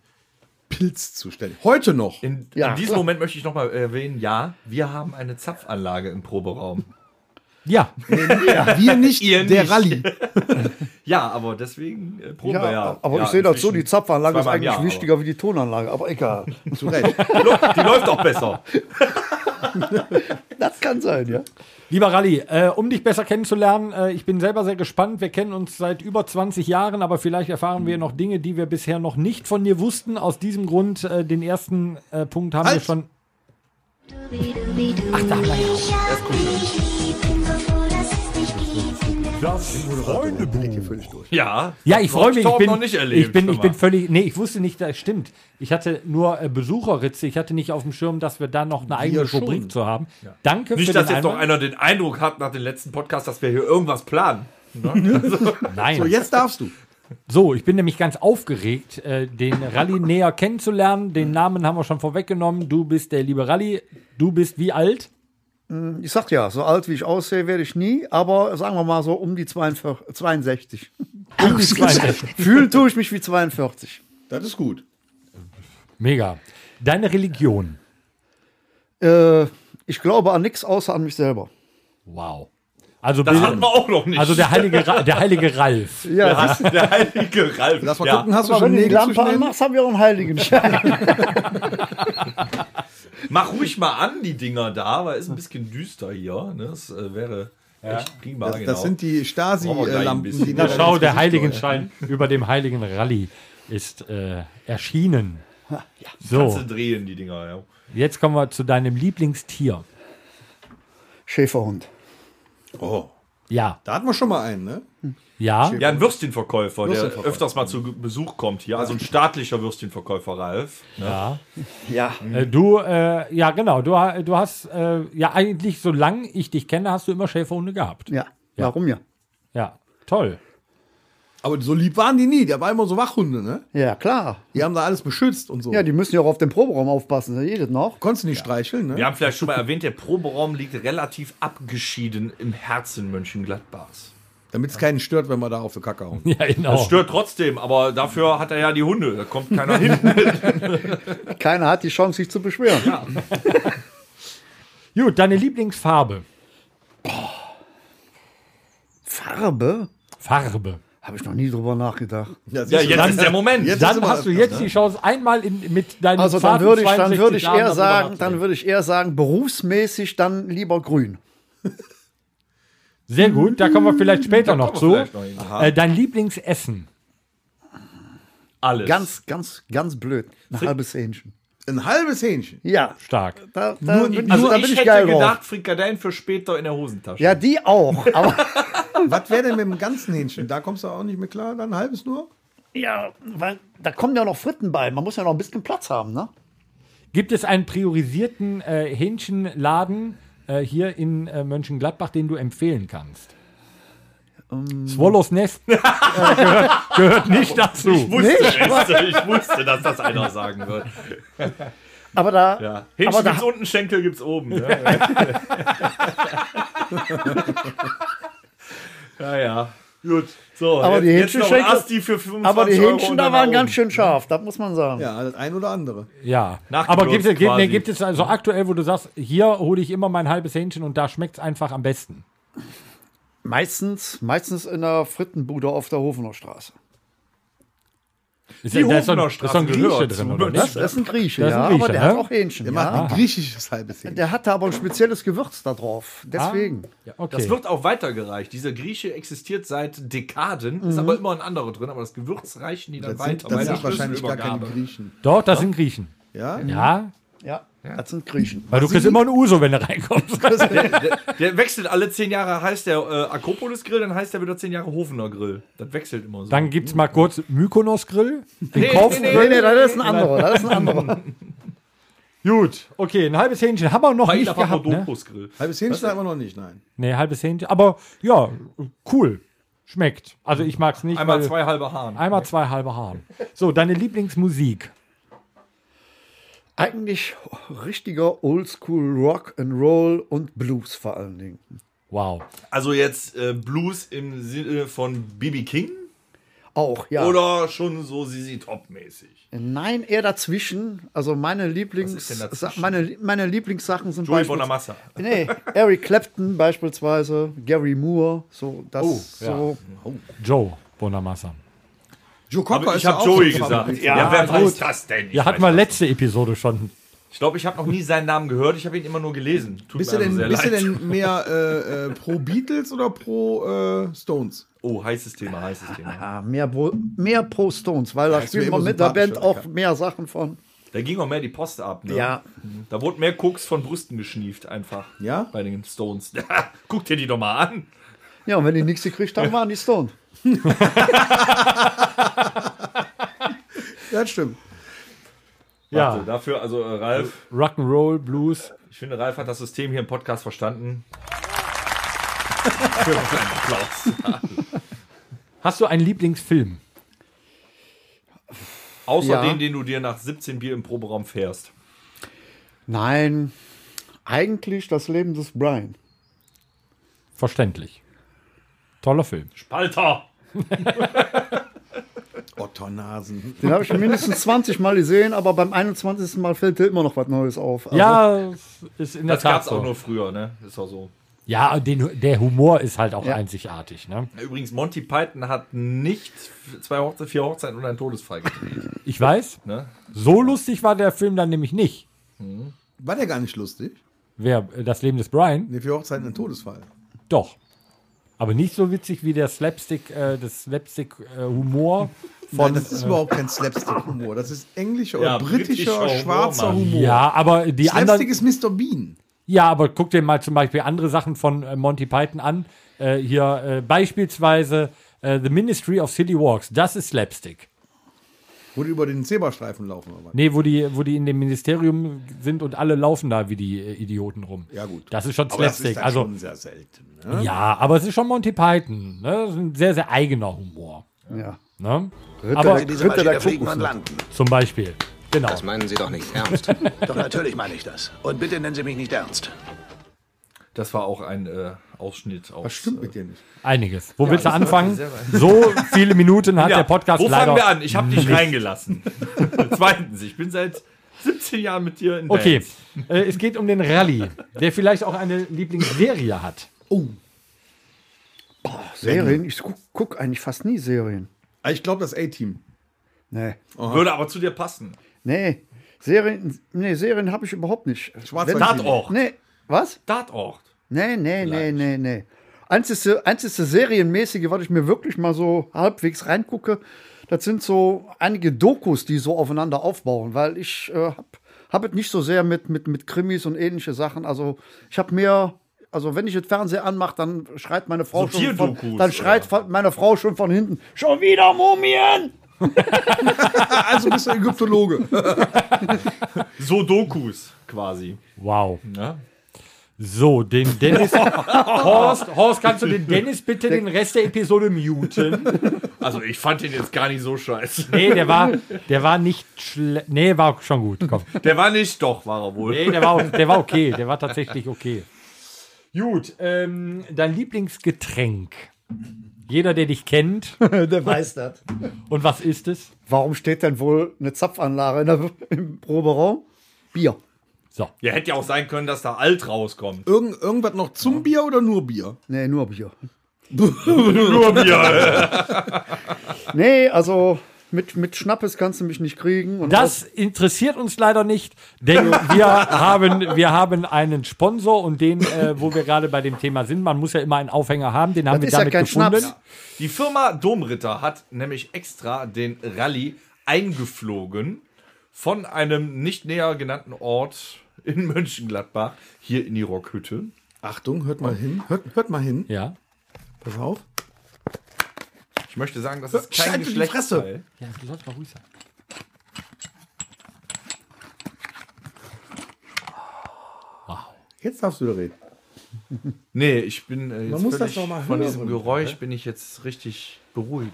Speaker 3: Pilz zuständig. Heute noch.
Speaker 4: In,
Speaker 5: Ja,
Speaker 4: in diesem
Speaker 5: klar.
Speaker 4: Moment möchte ich nochmal erwähnen, ja, wir haben eine Zapfanlage im Proberaum.
Speaker 2: Ja,
Speaker 3: Wir nicht,
Speaker 4: Ihr
Speaker 3: der
Speaker 4: nicht.
Speaker 3: Rallye.
Speaker 4: Ja, aber deswegen äh, proben wir
Speaker 5: Ja,
Speaker 4: ja.
Speaker 5: aber
Speaker 4: ja,
Speaker 5: ich sehe das so,
Speaker 4: inzwischen
Speaker 5: die Zapfanlage
Speaker 4: zweimal
Speaker 5: ist
Speaker 4: im
Speaker 5: eigentlich
Speaker 4: Jahr, aber
Speaker 5: wichtiger wie die Tonanlage, aber egal.
Speaker 3: Zu Recht.
Speaker 4: Die, läuft- die läuft auch besser.
Speaker 5: das kann sein, ja.
Speaker 2: Lieber Rally, äh, um dich besser kennenzulernen, äh, ich bin selber sehr gespannt. Wir kennen uns seit über 20 Jahren, aber vielleicht erfahren wir noch Dinge, die wir bisher noch nicht von dir wussten. Aus diesem Grund, äh, den ersten äh, Punkt haben wir
Speaker 3: Halt!
Speaker 2: schon.
Speaker 6: Ach, da haben wir ja auch.
Speaker 1: Das Freundebuch.
Speaker 4: Ja.
Speaker 2: Ja, ich freue mich. Ich bin,
Speaker 4: noch nicht erlebt.
Speaker 2: ich bin,
Speaker 4: hör
Speaker 2: ich bin
Speaker 4: mal.
Speaker 2: völlig. Nee, ich wusste nicht, das stimmt. Ich hatte nur äh, Besucherritze. Ich hatte nicht auf dem Schirm, dass wir da noch eine eigene
Speaker 3: schon.
Speaker 2: Rubrik zu haben. Danke
Speaker 4: nicht,
Speaker 2: für
Speaker 4: dass
Speaker 2: den
Speaker 4: jetzt noch
Speaker 2: Einwand.
Speaker 4: einer den Eindruck hat nach dem letzten Podcast, dass wir hier irgendwas planen.
Speaker 2: Nein.
Speaker 3: So, jetzt darfst du.
Speaker 2: So, ich bin nämlich ganz aufgeregt, äh, den Rally näher kennenzulernen. Den Namen haben wir schon vorweggenommen. Du bist der liebe Rally. Du bist wie alt?
Speaker 5: Ich sag ja, so alt wie ich aussehe, werde ich nie, aber sagen wir mal so um die 42, 62.
Speaker 2: Um die 62.
Speaker 5: Fühlen tue ich mich wie 42.
Speaker 3: Das ist gut.
Speaker 2: Mega. Deine Religion.
Speaker 5: Äh, ich glaube an nichts außer an mich selber.
Speaker 2: Wow. Also,
Speaker 4: Das
Speaker 2: Bill-
Speaker 4: hatten wir auch noch nicht.
Speaker 2: also der, heilige Ra der heilige Ralf.
Speaker 5: Ja,
Speaker 4: Hast du- der heilige Ralf.
Speaker 3: Lass mal
Speaker 4: ja.
Speaker 3: gucken, hast du
Speaker 5: aber
Speaker 3: schon
Speaker 5: wenn du die
Speaker 3: Nägel
Speaker 5: Lampe
Speaker 3: zwischen den
Speaker 5: anmachst, haben wir auch einen Heiligenschein.
Speaker 4: Mach ruhig mal an, die Dinger da, weil ist ein bisschen düster hier. Ne? Das äh, wäre echt prima.
Speaker 3: Das,
Speaker 4: genau.
Speaker 3: das sind die
Speaker 4: Brauchen wir gleich ein
Speaker 3: Stasi-Lampen.
Speaker 4: bisschen.
Speaker 3: die
Speaker 2: Na
Speaker 3: da
Speaker 2: schau,
Speaker 3: ins
Speaker 2: der
Speaker 3: Gesicht
Speaker 2: Heiligenschein über dem heiligen Rally ist äh, erschienen.
Speaker 4: Kannst du
Speaker 2: So,
Speaker 4: drehen, die Dinger. Ja.
Speaker 2: jetzt kommen wir zu deinem Lieblingstier.
Speaker 5: Schäferhund.
Speaker 3: kommt. Oh,
Speaker 2: Ja,
Speaker 3: da hatten wir schon mal einen, ne?
Speaker 2: ja.
Speaker 4: Ja, ein Würstchenverkäufer, der
Speaker 3: Würstchenverkäufer.
Speaker 4: öfters mal zu Besuch kommt hier. Also ein staatlicher Würstchenverkäufer, Ralf.
Speaker 5: Ja,
Speaker 2: Äh, du, äh, ja genau, du, ha- du hast, äh, ja eigentlich, solange ich dich kenne, hast du immer Schäferhunde gehabt.
Speaker 5: ja. Warum ja?
Speaker 2: Ja, toll.
Speaker 3: Aber so lieb waren die nie. Der war immer so Wachhunde, ne?
Speaker 5: Ja, klar.
Speaker 3: Die haben da alles beschützt und so.
Speaker 5: Ja, die müssen ja auch auf den Proberaum aufpassen, da jedes noch.
Speaker 3: Konntest du nicht streicheln, ne?
Speaker 4: Wir haben vielleicht schon mal erwähnt, der Proberaum liegt relativ abgeschieden im Herzen Mönchengladbachs.
Speaker 3: Damit es keinen stört, wenn wir da auf die Kacke hauen.
Speaker 2: Ja,
Speaker 5: Oh.
Speaker 2: genau.
Speaker 4: Das stört trotzdem, aber dafür hat er ja die Hunde. Da kommt keiner hin.
Speaker 5: Keiner hat die Chance, sich zu beschweren.
Speaker 2: Gut, deine Lieblingsfarbe.
Speaker 5: Farbe?
Speaker 2: Farbe.
Speaker 5: Habe ich noch nie drüber nachgedacht.
Speaker 4: ja, jetzt ist der Moment.
Speaker 3: Jetzt ist
Speaker 2: Dann
Speaker 3: immer
Speaker 2: hast du
Speaker 3: öfters,
Speaker 2: jetzt
Speaker 3: ne?
Speaker 2: die Chance, einmal in, mit deinen
Speaker 5: Also dann
Speaker 2: zarten
Speaker 5: würde ich, dann
Speaker 2: 62
Speaker 5: würde ich
Speaker 2: Jahren
Speaker 5: eher
Speaker 2: darüber
Speaker 5: sagen,
Speaker 2: nachzudenken.
Speaker 5: dann würde ich eher sagen, berufsmäßig dann lieber grün.
Speaker 2: Sehr gut, da kommen wir vielleicht später noch
Speaker 4: kommen
Speaker 2: zu.
Speaker 4: wir vielleicht noch hin.
Speaker 2: äh, dein Lieblingsessen.
Speaker 4: Alles.
Speaker 5: Ganz, ganz, ganz blöd. Ein halbes Hähnchen.
Speaker 3: Ein halbes Hähnchen.
Speaker 5: Ja.
Speaker 2: Stark.
Speaker 5: Da, da,
Speaker 3: Nur-
Speaker 5: bin, ich-
Speaker 4: also
Speaker 5: da
Speaker 4: ich
Speaker 5: bin ich,
Speaker 4: hätte
Speaker 5: geil
Speaker 4: gedacht,
Speaker 5: drauf.
Speaker 4: Frikadellen für später in der Hosentasche.
Speaker 5: Ja, die auch. Aber
Speaker 3: Was wäre denn mit dem ganzen Hähnchen? Da kommst du auch nicht mit klar, dann ein halbes nur?
Speaker 5: ja, weil da kommen ja noch Fritten bei. Man muss ja noch ein bisschen Platz haben, ne?
Speaker 2: Gibt es einen priorisierten äh, Hähnchenladen äh, hier in äh, Mönchengladbach, den du empfehlen kannst? Swallows Nest äh, gehört, gehört nicht dazu.
Speaker 4: wusste es. Ich wusste, dass das einer sagen wird.
Speaker 5: Aber da,
Speaker 4: Ja.
Speaker 5: aber
Speaker 4: Hinten
Speaker 5: da
Speaker 4: gibt's unten, Schenkel gibt's oben. Ja, ja. ja. Gut. So,
Speaker 5: Aber
Speaker 4: jetzt-
Speaker 5: die
Speaker 4: jetzt noch ein
Speaker 5: Hähnchenschenkel-
Speaker 4: Asti für 25
Speaker 5: Aber die
Speaker 4: Euro
Speaker 5: Hähnchen
Speaker 4: und
Speaker 5: da
Speaker 4: dann
Speaker 5: waren
Speaker 4: nach
Speaker 5: ganz
Speaker 4: oben.
Speaker 5: schön scharf, das muss man sagen.
Speaker 3: Ja, das ein oder andere.
Speaker 2: Ja.
Speaker 4: Nachgewürzt
Speaker 2: Aber gibt es, gibt,
Speaker 4: quasi.
Speaker 2: nee, gibt es also aktuell, wo du sagst, hier hole ich immer mein halbes Hähnchen und da schmeckt es einfach am besten.
Speaker 5: Meistens, meistens in der Frittenbude auf der Hofener Straße.
Speaker 2: Ist,
Speaker 4: Die
Speaker 2: da ist so ein, da
Speaker 4: Hofener
Speaker 2: ist so ein
Speaker 4: Straße
Speaker 2: Grieche
Speaker 4: gehört
Speaker 2: drin,
Speaker 4: zu
Speaker 2: oder nicht?
Speaker 4: München.
Speaker 5: Das ist ein Grieche,
Speaker 2: Das ist ein
Speaker 5: ja,
Speaker 2: Grieche,
Speaker 5: aber der
Speaker 2: ne?
Speaker 5: hat auch Hähnchen.
Speaker 3: Der
Speaker 5: ja,
Speaker 3: macht ein griechisches halbes Hähnchen.
Speaker 5: der hatte aber ein spezielles Gewürz da drauf. Deswegen.
Speaker 2: Okay.
Speaker 4: Das wird auch weitergereicht. Dieser Grieche existiert seit Dekaden, ist aber immer ein anderer drin, aber das Gewürz reichen die dann
Speaker 3: Das
Speaker 4: weiter.
Speaker 3: sind,
Speaker 4: bei
Speaker 3: das
Speaker 4: der
Speaker 3: sind wahrscheinlich gar keine
Speaker 4: Schlüsselübergabe.
Speaker 3: Griechen.
Speaker 2: Doch, das sind Griechen.
Speaker 3: Ja?
Speaker 2: Ja,
Speaker 5: Ja, das sind Griechen.
Speaker 2: weil du kriegst immer ein Uso, wenn du reinkommst.
Speaker 4: Der, der wechselt alle zehn Jahre, heißt der äh, Akropolis Grill, dann heißt der wieder zehn Jahre Hofener Grill. Das wechselt immer so.
Speaker 2: Dann gibt es mal kurz Mykonos Grill. Den
Speaker 4: Nee,
Speaker 2: kaufen
Speaker 4: nee,
Speaker 5: Nee, nee, das ist ein anderer. Das ist ein anderer.
Speaker 2: Gut, okay, ein halbes Hähnchen haben wir noch
Speaker 4: Pfeil
Speaker 2: nicht
Speaker 4: davon
Speaker 2: gehabt. Ne?
Speaker 4: Rodopus Grill.
Speaker 3: Halbes Hähnchen hat man noch nicht, nein.
Speaker 2: Nee, halbes Hähnchen. Aber ja, cool. Schmeckt. Also ich mag es nicht.
Speaker 4: Einmal
Speaker 2: weil-
Speaker 4: zwei halbe Haaren.
Speaker 2: Einmal zwei halbe Haaren. So, deine Lieblingsmusik.
Speaker 5: Eigentlich richtiger Oldschool Rock and Roll und Blues vor allen Dingen.
Speaker 2: Wow.
Speaker 4: Also jetzt äh, Blues im Sinne von BB King
Speaker 5: Auch, ja.
Speaker 4: oder schon so Sisi Top-mäßig?
Speaker 5: Nein, eher dazwischen. Also meine Lieblings
Speaker 4: denn dazwischen?
Speaker 5: Sa- meine, meine Lieblingssachen sind
Speaker 4: Joey
Speaker 5: beispielsweise-
Speaker 4: Bonamassa.
Speaker 5: Nee, Eric Clapton beispielsweise, Gary Moore, so das
Speaker 2: ja.
Speaker 5: so
Speaker 2: Joe Bonamassa.
Speaker 3: Joe
Speaker 4: Aber
Speaker 3: Cocker
Speaker 4: ich
Speaker 3: ja
Speaker 4: habe
Speaker 3: auch
Speaker 4: Joey
Speaker 3: so ein
Speaker 4: gesagt.
Speaker 3: Favorit.
Speaker 4: Ja, wer weiß das denn? Ich
Speaker 2: Ja, hatten wir
Speaker 4: weiß das.
Speaker 2: letzte Episode schon.
Speaker 4: Ich glaube, ich habe noch nie seinen Namen gehört, ich habe ihn immer nur gelesen. Tut
Speaker 3: Bist
Speaker 4: mir
Speaker 3: du denn,
Speaker 4: also sehr
Speaker 3: bist du
Speaker 4: leid.
Speaker 3: denn mehr äh, äh, pro Beatles oder pro äh, Stones?
Speaker 4: oh, heißes Thema, heißes Thema.
Speaker 5: ah, mehr, Pro- mehr Pro Stones, weil da
Speaker 3: ist
Speaker 5: spielt
Speaker 3: mir
Speaker 5: man
Speaker 3: immer
Speaker 5: mit der Band
Speaker 3: sympathischer,
Speaker 5: auch mehr Sachen von.
Speaker 4: Da ging auch mehr die Post ab. Ne?
Speaker 5: Ja.
Speaker 4: Da wurde mehr Koks von Brüsten geschnieft, einfach.
Speaker 3: Ja?
Speaker 4: Bei den Stones. Guck dir die doch mal an.
Speaker 5: Ja, und wenn die nichts gekriegt haben, waren die Stones.
Speaker 3: Ja, das stimmt.
Speaker 4: Also
Speaker 2: Ja,
Speaker 4: dafür, also äh, Ralf,
Speaker 2: Rock'n'Roll, Blues.
Speaker 4: ich finde, Ralf hat das System hier im Podcast verstanden. Für einen kleinen Applaus.
Speaker 2: Hast du einen Lieblingsfilm?
Speaker 4: Außer
Speaker 5: Ja.
Speaker 4: den, den du dir nach 17 Bier im Proberaum fährst.
Speaker 5: Nein, eigentlich das Leben des Brian.
Speaker 2: Verständlich. Toller Film.
Speaker 4: Also, Spalter!
Speaker 3: Otternasen.
Speaker 5: Den habe ich mindestens 20 Mal gesehen, aber beim 21. Mal fällt dir immer noch was Neues auf. Also,
Speaker 2: Ja, ist in der
Speaker 4: Das
Speaker 2: Tat
Speaker 4: gab's
Speaker 2: so.
Speaker 4: auch nur früher, ne? Ist auch so.
Speaker 2: Ja, den, der Humor ist halt auch
Speaker 5: Ja.
Speaker 2: einzigartig. Ne?
Speaker 4: Übrigens, Monty Python hat nicht zwei Hochze vier Hochzeiten und einen Todesfall gedreht.
Speaker 2: Ich weiß,
Speaker 4: Ne?
Speaker 2: so lustig war der Film dann nämlich nicht.
Speaker 3: War der gar nicht lustig?
Speaker 2: Wer, äh, das Leben des Brian?
Speaker 3: Ne, für Hochzeiten ein Todesfall.
Speaker 2: Doch. Aber nicht so witzig wie der Slapstick, äh, das Slapstick-Humor
Speaker 3: Nein,
Speaker 2: von. äh,
Speaker 3: das ist überhaupt kein Slapstick-Humor. Das ist englischer
Speaker 4: Ja,
Speaker 3: oder britischer,
Speaker 4: britischer
Speaker 3: schwarzer
Speaker 4: Humor,
Speaker 3: Humor.
Speaker 2: ja, aber die anderen.
Speaker 3: Slapstick ist Mr. Bean.
Speaker 2: Ja, aber guck dir mal zum Beispiel andere Sachen von äh, Monty Python an. Äh, hier äh, beispielsweise äh, The Ministry of City Walks. Das ist Slapstick.
Speaker 3: Wo die über den Zebrastreifen laufen. Aber.
Speaker 2: Nee, wo die, wo die in dem Ministerium sind und alle laufen da wie die äh, Idioten rum.
Speaker 3: Ja, gut.
Speaker 2: Das ist schon
Speaker 3: Aber das
Speaker 2: Slapstick.
Speaker 3: ist dann
Speaker 2: also,
Speaker 3: schon sehr selten. Ne?
Speaker 2: Ja, aber es ist schon Monty Python. Ne? Das ist ein sehr, sehr eigener Humor.
Speaker 5: ja.
Speaker 2: Ne?
Speaker 5: Aber
Speaker 2: Aber
Speaker 5: Ritter der
Speaker 7: fliegen
Speaker 5: Kokosnuss.
Speaker 7: und landen.
Speaker 2: zum Beispiel. Genau.
Speaker 7: Das meinen Sie doch nicht ernst. doch natürlich meine ich das. Und bitte nennen Sie mich nicht ernst.
Speaker 4: Das war auch ein äh, Ausschnitt aus.
Speaker 3: Was stimmt mit dir nicht?
Speaker 2: Einiges. Wo willst du
Speaker 4: das war
Speaker 2: anfangen?
Speaker 4: sehr weit.
Speaker 2: So viele Minuten hat
Speaker 4: Ja,
Speaker 2: der Podcast
Speaker 4: Wo
Speaker 2: leider.
Speaker 4: fangen wir an? Ich habe dich reingelassen. Zweitens, ich bin seit 17 Jahren mit dir in
Speaker 2: Okay,
Speaker 4: Bands.
Speaker 2: äh, es geht um den Rallye, der vielleicht auch eine Lieblingsserie hat.
Speaker 5: Serien? Ich gucke guck eigentlich fast nie Serien.
Speaker 3: Ah, Ich glaube, das A-Team.
Speaker 5: Nee.
Speaker 4: Würde aber zu dir passen.
Speaker 5: Nee. Serien, nee, Serien habe ich überhaupt nicht.
Speaker 3: Schwarzer
Speaker 5: Wenn-
Speaker 4: Tatort.
Speaker 5: Nee. Was?
Speaker 4: Mhm. Tatort.
Speaker 5: Nee, nee, nee, nee, nee. Einzige, einzige serienmäßige, was ich mir wirklich mal so halbwegs reingucke, das sind so einige Dokus, die so aufeinander aufbauen, weil ich äh, hab, hab es nicht so sehr mit, mit, mit Krimis und ähnliche Sachen. Also ich habe mehr, also wenn ich den Fernseher anmache, dann schreit meine Frau
Speaker 4: So
Speaker 5: schon von,
Speaker 4: Tierdokus,
Speaker 5: dann schreit von- meine Frau schon von hinten, schon wieder Mumien!
Speaker 3: Also bist du Ägyptologe.
Speaker 4: So Dokus quasi. ne?
Speaker 2: Wow.
Speaker 4: Ja?
Speaker 2: So, den Dennis. Horst, Horst, kannst du den Dennis bitte den Rest der Episode muten?
Speaker 4: Also ich fand den jetzt gar nicht so scheiße.
Speaker 2: Nee, der war, der war nicht schle Nee, war schon gut. Komm.
Speaker 4: Der war nicht doch, war er wohl.
Speaker 2: Nee, der war, auch- der war okay. Der war tatsächlich okay. Gut, ähm, dein Lieblingsgetränk. Jeder, der dich kennt.
Speaker 5: Der weiß das.
Speaker 2: Und was ist es?
Speaker 5: Warum steht denn wohl eine Zapfanlage in der, im Proberaum? Bier.
Speaker 2: So.
Speaker 4: Ja, hätte ja auch sein können, dass da alt rauskommt.
Speaker 3: Irgend, irgendwas noch zum Bier oder nur Bier?
Speaker 5: Nee, nur Bier.
Speaker 4: Nur Bier.
Speaker 5: Nee, also mit, mit Schnappes kannst du mich nicht kriegen. Und
Speaker 2: Das interessiert uns leider nicht, denn wir haben, wir haben einen Sponsor und den, äh, wo wir gerade bei dem Thema sind, man muss ja immer einen Aufhänger haben, den haben
Speaker 5: Das
Speaker 2: wir
Speaker 5: ist ja
Speaker 2: damit
Speaker 5: kein
Speaker 2: gefunden.
Speaker 5: Schnaps.
Speaker 4: Die Firma Domritter hat nämlich extra den Rallye eingeflogen von einem nicht näher genannten Ort in Mönchengladbach hier in die Rockhütte.
Speaker 3: Achtung, hört mal hin. Hört, hört mal hin.
Speaker 2: Ja.
Speaker 3: Pass auf.
Speaker 4: Ich möchte sagen, das ist
Speaker 3: Schalt
Speaker 4: kein
Speaker 3: in die
Speaker 4: Geschlechtsteil.
Speaker 2: Ja, du sollst mal ruhig sein.
Speaker 3: Jetzt darfst du wieder reden.
Speaker 4: Nee, ich bin äh, jetzt
Speaker 3: muss das
Speaker 4: völlig
Speaker 3: noch mal
Speaker 4: von
Speaker 3: hören,
Speaker 4: diesem Geräusch bin ich jetzt richtig beruhigt.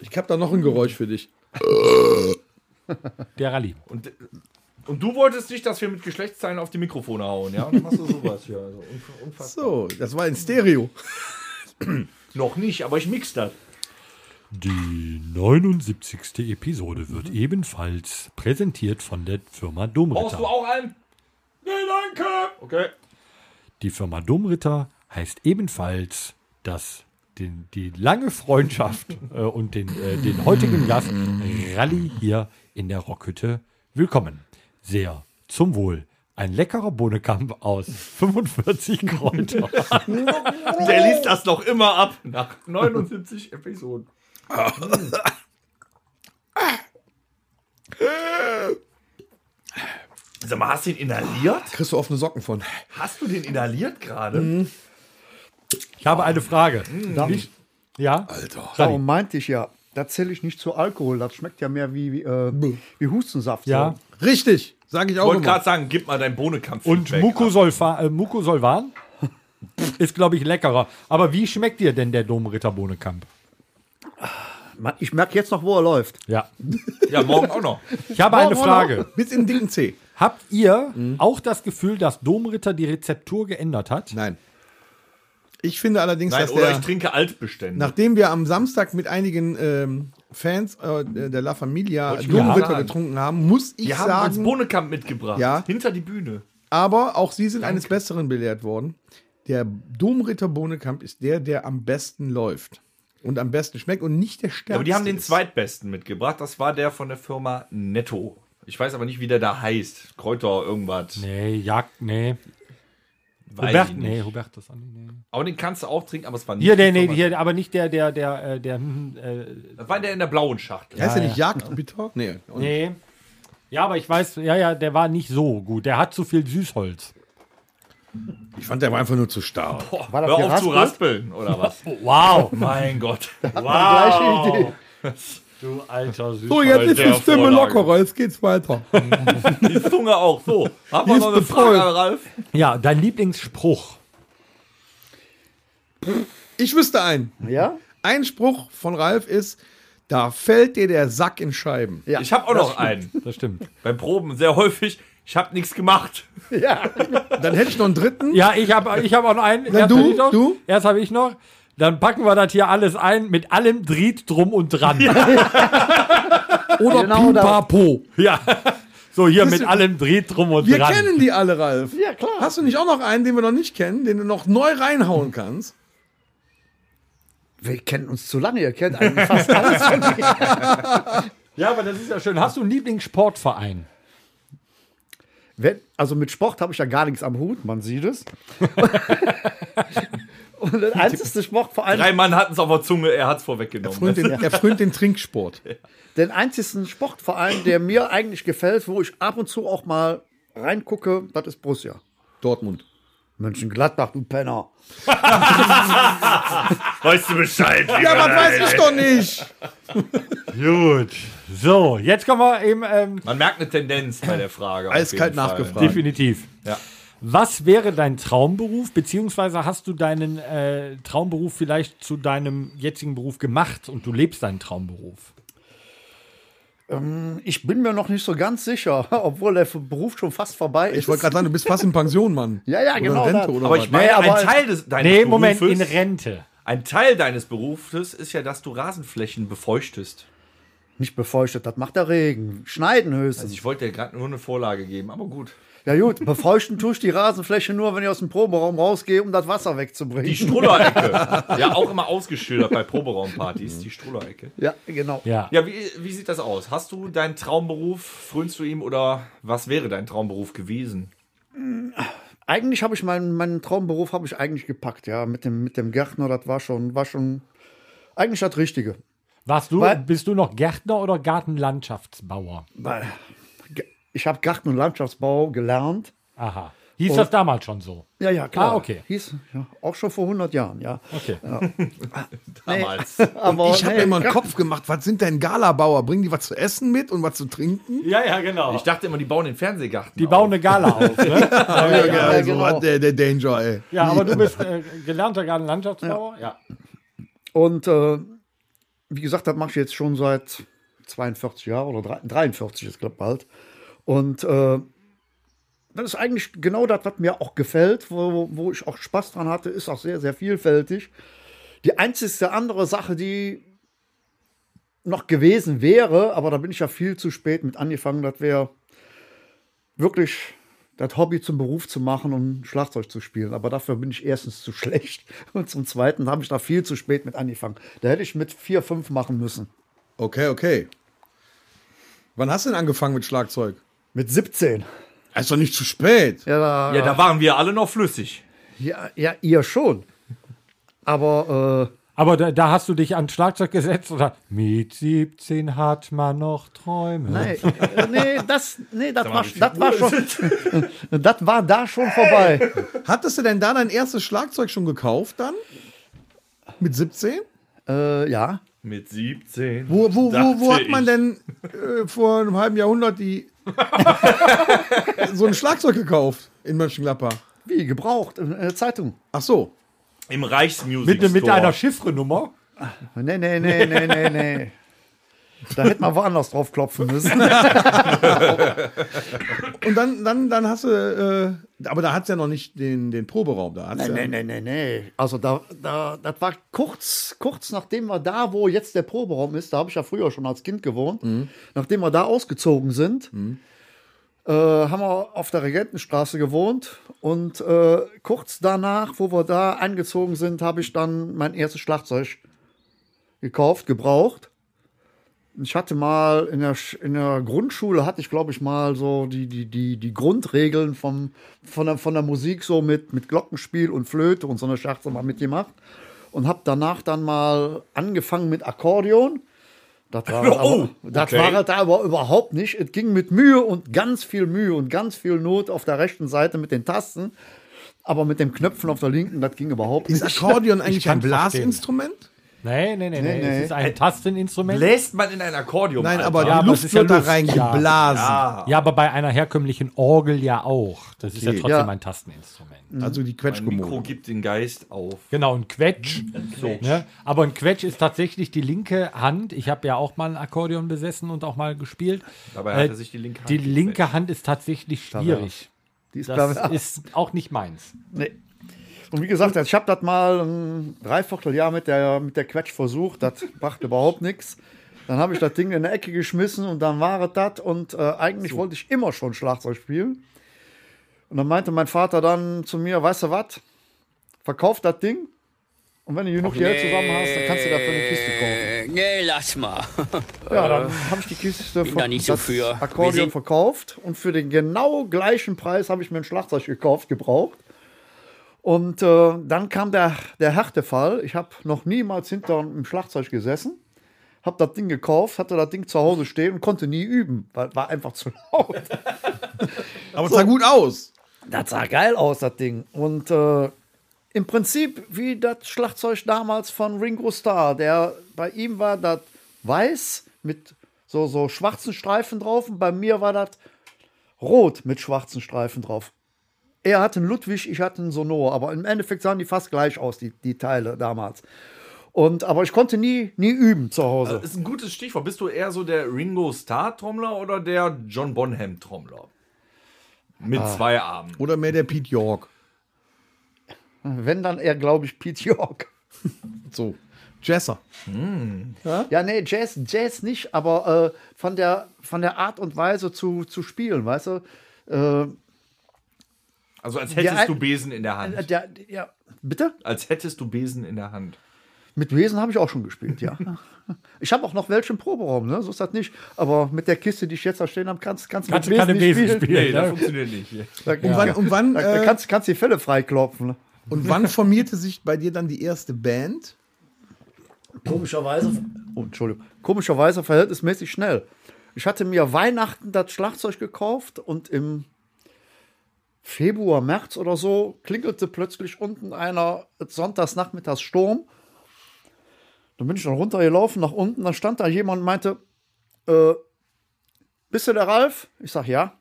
Speaker 3: Ich habe da noch ein Geräusch für dich.
Speaker 2: Der Rallye.
Speaker 4: Und, und du wolltest nicht, dass wir mit Geschlechtsteilen auf die Mikrofone hauen, ja? Und dann machst du sowas hier. Also unf- unfassbar.
Speaker 3: So, das war in Stereo.
Speaker 4: Noch nicht, aber ich mix das.
Speaker 2: Die 79. Episode wird ebenfalls präsentiert von der Firma
Speaker 4: Brauchst du
Speaker 2: Domritter.
Speaker 4: auch einen? Nee, danke! Okay.
Speaker 2: Die Firma Domritter heißt ebenfalls, dass den, die lange Freundschaft äh, und den, äh, den heutigen Gast Rally hier in der Rockhütte willkommen. Sehr zum Wohl. Ein leckerer Bohnenkampf aus 45 Kräutern.
Speaker 4: Der liest das noch immer ab nach 79 Episoden. Sag mal, hast du den inhaliert?
Speaker 3: Kriegst du offene Socken von.
Speaker 4: Hast du den inhaliert gerade?
Speaker 2: Ich habe eine Frage. Ich, ja?
Speaker 5: darum meinte ich ja, da zähle ich nicht zu Alkohol. Das schmeckt ja mehr wie, wie, äh, wie Hustensaft.
Speaker 2: Ja.
Speaker 3: Richtig, sage ich
Speaker 4: Ich
Speaker 3: auch
Speaker 4: wollte
Speaker 3: immer.
Speaker 4: gerade sagen, gib mal deinen Bohnenkampf.
Speaker 2: Und Mucosolfa, äh, Mucosolvan ist, glaube ich, leckerer. Aber wie schmeckt dir denn der Domritter Bohnenkamp?
Speaker 5: So. Man- Ich merke jetzt noch, wo er läuft.
Speaker 2: Ja.
Speaker 4: Ja, morgen auch noch.
Speaker 2: Ich habe eine Frage.
Speaker 3: Bis in den dicken C.
Speaker 2: Habt ihr
Speaker 3: Mhm.
Speaker 2: auch das Gefühl, dass Domritter die Rezeptur geändert hat?
Speaker 3: Nein. Ich finde allerdings,
Speaker 4: Nein,
Speaker 3: dass
Speaker 4: oder
Speaker 3: der,
Speaker 4: ich trinke Altbestände.
Speaker 3: nachdem wir am Samstag mit einigen ähm, Fans äh, der La Familia
Speaker 4: ich gerade
Speaker 3: Domritter
Speaker 4: sagen.
Speaker 3: getrunken haben, muss ich
Speaker 4: Die haben uns
Speaker 3: sagen,
Speaker 4: Bohnenkamp mitgebracht.
Speaker 3: Ja.
Speaker 4: Hinter die Bühne.
Speaker 3: aber auch sie sind eines Besseren belehrt worden. Der Domritter Bohnekamp ist der, der am besten läuft und am besten schmeckt und nicht der stärkste.
Speaker 4: Ja, aber die haben den
Speaker 3: ist.
Speaker 4: zweitbesten mitgebracht. Das war der von der Firma Netto. Ich weiß aber nicht, wie der da heißt. Kräuter, irgendwas.
Speaker 2: Nee, Jagd, nee.
Speaker 4: Weiß ich
Speaker 2: Hubert,
Speaker 4: nicht.
Speaker 2: nee, Hubertus Andi, nee.
Speaker 4: Aber den kannst du auch trinken, aber es war nicht.
Speaker 2: Hier, der,
Speaker 4: die
Speaker 2: nee,
Speaker 4: Firma.
Speaker 2: hier, aber nicht der, der, der, äh, der, hm, äh,
Speaker 4: Das war der in der blauen Schachtel.
Speaker 3: Heißt der nicht Jagdbitter? Nee. Und
Speaker 2: nee. Ja, aber ich weiß, ja, ja, der war nicht so gut. Der hat zu viel Süßholz.
Speaker 3: Ich fand, der war einfach nur zu stark.
Speaker 4: Boah,
Speaker 5: War das
Speaker 4: hör auf zu
Speaker 5: geraspelt?
Speaker 4: raspeln, oder was?
Speaker 2: Oh Wow.
Speaker 4: mein Gott.
Speaker 5: Wow. Gleiche Idee.
Speaker 2: Du alter Süßholz.
Speaker 3: So, Oh, jetzt ist
Speaker 4: der
Speaker 3: die Stimme
Speaker 4: Vorlage.
Speaker 3: lockerer, jetzt geht's weiter.
Speaker 4: Die Zunge auch. So, haben wir
Speaker 3: Hier
Speaker 4: noch
Speaker 3: ist
Speaker 4: eine Frage,
Speaker 3: befreut.
Speaker 4: Ralf?
Speaker 2: Ja, dein Lieblingsspruch.
Speaker 3: Ich wüsste einen.
Speaker 5: Ja?
Speaker 3: Ein Spruch von Ralf ist, da fällt dir der Sack in Scheiben.
Speaker 5: ja?
Speaker 4: Ich habe auch noch einen.
Speaker 2: Das stimmt.
Speaker 4: Beim Proben sehr häufig. Ich habe nichts gemacht.
Speaker 3: Dann hätte ich noch einen dritten.
Speaker 2: Ja, ich habe ich hab auch noch einen.
Speaker 3: Na,
Speaker 2: Erst
Speaker 3: du,
Speaker 2: hab ich noch,
Speaker 3: du?
Speaker 2: Erst habe ich noch. Dann packen wir das hier alles ein mit allem Dried drum und dran. Oder
Speaker 5: Genau das.
Speaker 2: Pipapo. Ja. So hier mit allem Dried drum und
Speaker 3: Wir
Speaker 2: dran.
Speaker 3: kennen die alle, Ralf.
Speaker 5: Ja, klar.
Speaker 3: Hast du nicht auch noch einen, den wir noch nicht kennen, den du noch neu reinhauen kannst?
Speaker 5: Wir kennen uns zu lange, ihr kennt eigentlich fast alles von mir.
Speaker 2: Ja, aber das ist ja schön. Hast du einen Lieblingssportverein?
Speaker 5: Wenn, also mit Sport habe ich ja gar nichts am Hut, man sieht es. Und das einzige Sport, vor allem
Speaker 4: Drei Mann hatten es auf der Zunge, er hat es vorweggenommen.
Speaker 3: Frönt den, er frönt den Trinksport.
Speaker 5: den einzigen Sportverein, der mir eigentlich gefällt, wo ich ab und zu auch mal reingucke, das ist Borussia.
Speaker 3: Dortmund.
Speaker 5: Mönchengladbach, du Penner.
Speaker 4: Weißt du Bescheid?
Speaker 3: Ja, was weiß ich doch nicht.
Speaker 2: Gut. So, jetzt kommen wir eben ähm,
Speaker 4: Man merkt eine Tendenz bei der Frage. auf
Speaker 3: Eiskalt
Speaker 4: jeden Fall.
Speaker 3: nachgefragt.
Speaker 2: definitiv.
Speaker 4: Ja.
Speaker 2: Was wäre dein Traumberuf, beziehungsweise hast du deinen äh, Traumberuf vielleicht zu deinem jetzigen Beruf gemacht und du lebst deinen Traumberuf?
Speaker 5: Ich bin mir noch nicht so ganz sicher, obwohl der Beruf schon fast vorbei ist.
Speaker 3: Ich wollte gerade sagen, du bist fast in Pension, Mann.
Speaker 5: Ja, ja,
Speaker 3: oder
Speaker 5: genau
Speaker 3: In Rente
Speaker 5: das.
Speaker 3: oder
Speaker 4: Aber
Speaker 3: was.
Speaker 4: ich meine,
Speaker 5: Nee, aber-
Speaker 4: ein Teil des, deines
Speaker 2: Nee, Moment, in
Speaker 4: Berufes,
Speaker 2: Rente.
Speaker 4: ein Teil deines Berufes ist ja, dass du Rasenflächen befeuchtest.
Speaker 5: nicht befeuchtet, das macht der Regen. Schneiden höchstens.
Speaker 4: Also Ich wollte dir gerade nur eine Vorlage geben, aber gut.
Speaker 5: Ja gut, befeuchten tue ich die Rasenfläche nur, wenn ich aus dem Proberaum rausgehe, um das Wasser wegzubringen.
Speaker 4: Die Strullerecke. ja, auch immer ausgeschildert bei Proberaumpartys, die Strullerecke.
Speaker 5: ja, genau.
Speaker 2: Ja.
Speaker 4: Ja, wie, wie sieht das aus? Hast du deinen Traumberuf? Frönst du ihm oder was wäre dein Traumberuf gewesen?
Speaker 5: Eigentlich habe ich meinen, meinen Traumberuf habe ich eigentlich gepackt, ja, mit dem, mit dem Gärtner, das war schon, war schon eigentlich das Richtige.
Speaker 2: Warst du,
Speaker 5: Weil-
Speaker 2: bist du noch Gärtner oder Gartenlandschaftsbauer?
Speaker 5: Weil ich habe Garten- und Landschaftsbau gelernt.
Speaker 2: Aha. Hieß das damals schon so?
Speaker 5: Ja, ja, klar.
Speaker 2: Ah, okay.
Speaker 5: Hieß ja, auch schon vor 100 Jahren, ja.
Speaker 2: Okay.
Speaker 4: Damals.
Speaker 5: Aber
Speaker 3: Ich habe
Speaker 5: nee,
Speaker 3: mir immer einen
Speaker 5: Gar-
Speaker 3: Kopf gemacht, was sind denn Galabauer? Bringen die was zu essen mit und was zu trinken?
Speaker 2: Ja, ja, genau.
Speaker 4: Ich dachte immer, die bauen den Fernsehgarten.
Speaker 2: Die
Speaker 4: auf.
Speaker 2: bauen eine Gala auf. Ne?
Speaker 3: Ja, also,
Speaker 5: genau.
Speaker 3: was, der, der Danger, ey.
Speaker 2: Ja, aber du bist äh, gelernter Gartenlandschaftsbauer. Ja.
Speaker 5: Und äh, wie gesagt, das mache ich jetzt schon seit 42 Jahren oder 3 43 ist glaube bald. Und äh, das ist eigentlich genau das, was mir auch gefällt, wo, wo ich auch Spaß dran hatte, ist auch sehr, sehr vielfältig. Die einzigste andere Sache, die noch gewesen wäre, aber da bin ich ja viel zu spät mit angefangen, das wäre wirklich das Hobby zum Beruf zu machen und Schlagzeug zu spielen. Aber dafür bin ich erstens zu schlecht und zum Zweiten habe ich da viel zu spät mit angefangen. Da hätte ich mit vier, fünf machen müssen.
Speaker 3: Okay, okay. Wann hast du denn angefangen mit Schlagzeug?
Speaker 5: Mit 17.
Speaker 3: Ist doch nicht zu spät.
Speaker 5: Ja, da
Speaker 4: Ja, da waren wir alle noch flüssig.
Speaker 5: Ja, ja, ihr schon. Aber
Speaker 2: Aber da, da hast du dich an Schlagzeug gesetzt oder mit 17 hat man noch Träume.
Speaker 5: äh, nee, äh, nee, das, nee, das,
Speaker 4: mal,
Speaker 5: war,
Speaker 4: wie viel
Speaker 5: das war
Speaker 4: Uhr
Speaker 5: schon, das war da schon vorbei.
Speaker 3: Hattest du denn da dein erstes Schlagzeug schon gekauft dann? Mit 17?
Speaker 5: Äh, ja,
Speaker 4: Mit 17.
Speaker 3: Wo, wo, wo, wo
Speaker 4: Dachte
Speaker 3: hat man
Speaker 4: ich.
Speaker 3: denn äh, vor einem halben Jahrhundert die so ein Schlagzeug gekauft in Mönchengladbach?
Speaker 5: wie gebraucht in der Zeitung.
Speaker 3: Ach so.
Speaker 4: Im Reichsmusic
Speaker 2: Mit, ne- mit
Speaker 4: Store.
Speaker 2: einer Chiffrenummer.
Speaker 5: Nee, nee, nee, nee, nee, nee. Da hätte man woanders drauf klopfen müssen.
Speaker 3: Und dann, dann, dann hast du, äh, aber da hat's ja noch nicht den, den Proberaum. Da hat's
Speaker 5: Nein,
Speaker 3: ja,
Speaker 5: nein, nein, nein, nein. Also da, da, das war kurz, kurz nachdem wir da, wo jetzt der Proberaum ist, da habe ich ja früher schon als Kind gewohnt, nachdem wir da ausgezogen sind, äh, haben wir auf der Regentenstraße gewohnt und äh, kurz danach, wo wir da eingezogen sind, habe ich dann mein erstes Schlagzeug gekauft, gebraucht. Ich hatte mal in der, Sch- in der Grundschule hatte ich glaube ich mal so die, die, die, die Grundregeln vom, von, der, von der Musik so mit, mit Glockenspiel und Flöte und so eine Scherze mal mitgemacht und habe danach dann mal angefangen mit Akkordeon. Das war,
Speaker 4: Oh,
Speaker 5: oh, aber, das
Speaker 4: okay.
Speaker 5: war halt da aber überhaupt nicht. Es ging mit Mühe und ganz viel Mühe und ganz viel Not auf der rechten Seite mit den Tasten, aber mit den Knöpfen auf der linken, das ging überhaupt
Speaker 3: Ist
Speaker 5: nicht.
Speaker 3: Akkordeon eigentlich
Speaker 2: kann
Speaker 3: ein
Speaker 2: verstehen.
Speaker 3: Blasinstrument?
Speaker 2: Nee, nee, nee, nee.
Speaker 5: nee.
Speaker 2: Es ist ein Tasteninstrument.
Speaker 4: Bläst man in ein Akkordeon.
Speaker 3: Nein,
Speaker 4: Alter.
Speaker 3: aber
Speaker 2: Ja,
Speaker 3: die
Speaker 2: aber es
Speaker 3: Luft
Speaker 2: ist ja
Speaker 3: wird
Speaker 2: Luft,
Speaker 3: da reingeblasen.
Speaker 2: ja, aber bei einer herkömmlichen Orgel ja auch. Das ist ja
Speaker 3: Okay.
Speaker 2: trotzdem
Speaker 5: Ja.
Speaker 2: ein Tasteninstrument.
Speaker 3: Also die
Speaker 4: Mein Mikro
Speaker 3: Quetschkommode.
Speaker 4: gibt den Geist auf.
Speaker 2: Genau, ein Quetsch. Ne? Aber ein Quetsch ist tatsächlich die linke Hand. Ich habe ja auch mal ein Akkordeon besessen und auch mal gespielt. Äh,
Speaker 4: Dabei hat er sich die linke Hand
Speaker 2: Die
Speaker 4: gequetscht.
Speaker 2: linke Hand ist tatsächlich schwierig.
Speaker 5: Die ist,
Speaker 2: Das
Speaker 5: glaub ich,
Speaker 2: ist auch nicht meins.
Speaker 5: Nee. Und wie gesagt, ich habe das mal ein Dreivierteljahr mit der, mit der Quetsch versucht. Das brachte überhaupt nichts. Dann habe ich das Ding in eine Ecke geschmissen und dann war es das. Und äh, eigentlich wollte ich immer schon Schlagzeug spielen. Und dann meinte mein Vater dann zu mir: Weißt du was? Verkauf das Ding. Und wenn du genug Geld zusammen hast, dann kannst du dafür eine Kiste kaufen.
Speaker 7: Äh, nee, lass mal.
Speaker 5: Ja, dann habe ich die Kiste
Speaker 7: Äh, bin da nicht so
Speaker 5: das
Speaker 7: für. Wir
Speaker 5: Akkordeon
Speaker 7: sind-
Speaker 5: verkauft und für den genau gleichen Preis habe ich mir ein Schlagzeug gekauft, gebraucht. Und äh, dann kam der, der harte Fall. Ich habe noch niemals hinter einem Schlagzeug gesessen, habe das Ding gekauft, hatte das Ding zu Hause stehen und konnte nie üben, weil war einfach zu laut.
Speaker 3: Aber es sah gut aus.
Speaker 5: Das sah geil aus, das Ding. Und äh, im Prinzip wie das Schlagzeug damals von Ringo Starr. Der, bei ihm war das weiß mit so, so schwarzen Streifen drauf und bei mir war das rot mit schwarzen Streifen drauf. Er hatte einen Ludwig, ich hatte einen Sonor, aber im Endeffekt sahen die fast gleich aus, die, die Teile damals. Und, aber ich konnte nie, nie üben zu Hause.
Speaker 4: Ist ein gutes Stichwort. Bist du eher so der Ringo Starr Trommler oder der John Bonham Trommler? Mit
Speaker 5: Ah.
Speaker 4: zwei Armen.
Speaker 3: Oder mehr der Pete York.
Speaker 5: Wenn dann eher, glaube ich, Pete York.
Speaker 3: So. Jesser.
Speaker 5: Ja, nee, Jazz, Jazz nicht, aber äh, von, der, von der Art und Weise zu, zu spielen, weißt du? Äh,
Speaker 4: Also als hättest
Speaker 5: Ja, äh,
Speaker 4: du Besen in der Hand.
Speaker 5: der, ja, bitte?
Speaker 4: Als hättest du Besen in der Hand.
Speaker 5: Äh, Mit Wesen habe ich auch schon gespielt, ja. Ich habe auch noch welche im Proberaum, ne? So ist das nicht. Aber mit der Kiste, die ich jetzt da stehen habe, kannst, kannst du mit
Speaker 2: Kannst du keine Wesen spielen.
Speaker 4: Nee, das
Speaker 2: ne?
Speaker 4: funktioniert nicht.
Speaker 5: Da,
Speaker 3: Und Um wann, und wann,
Speaker 5: da, da
Speaker 3: äh,
Speaker 5: kannst, kannst die Fälle freiklopfen. ne?
Speaker 3: und wann formierte sich bei dir dann die erste Band?
Speaker 5: Komischerweise. Oh, Entschuldigung. Komischerweise verhältnismäßig schnell. Ich hatte mir Weihnachten das Schlagzeug gekauft und im Februar, März oder so klingelte plötzlich unten einer sonntags nachmittags Sturm. Dann bin ich dann runtergelaufen nach unten. Dann stand da jemand und meinte: äh, Bist du der Ralf? Ich sag ja.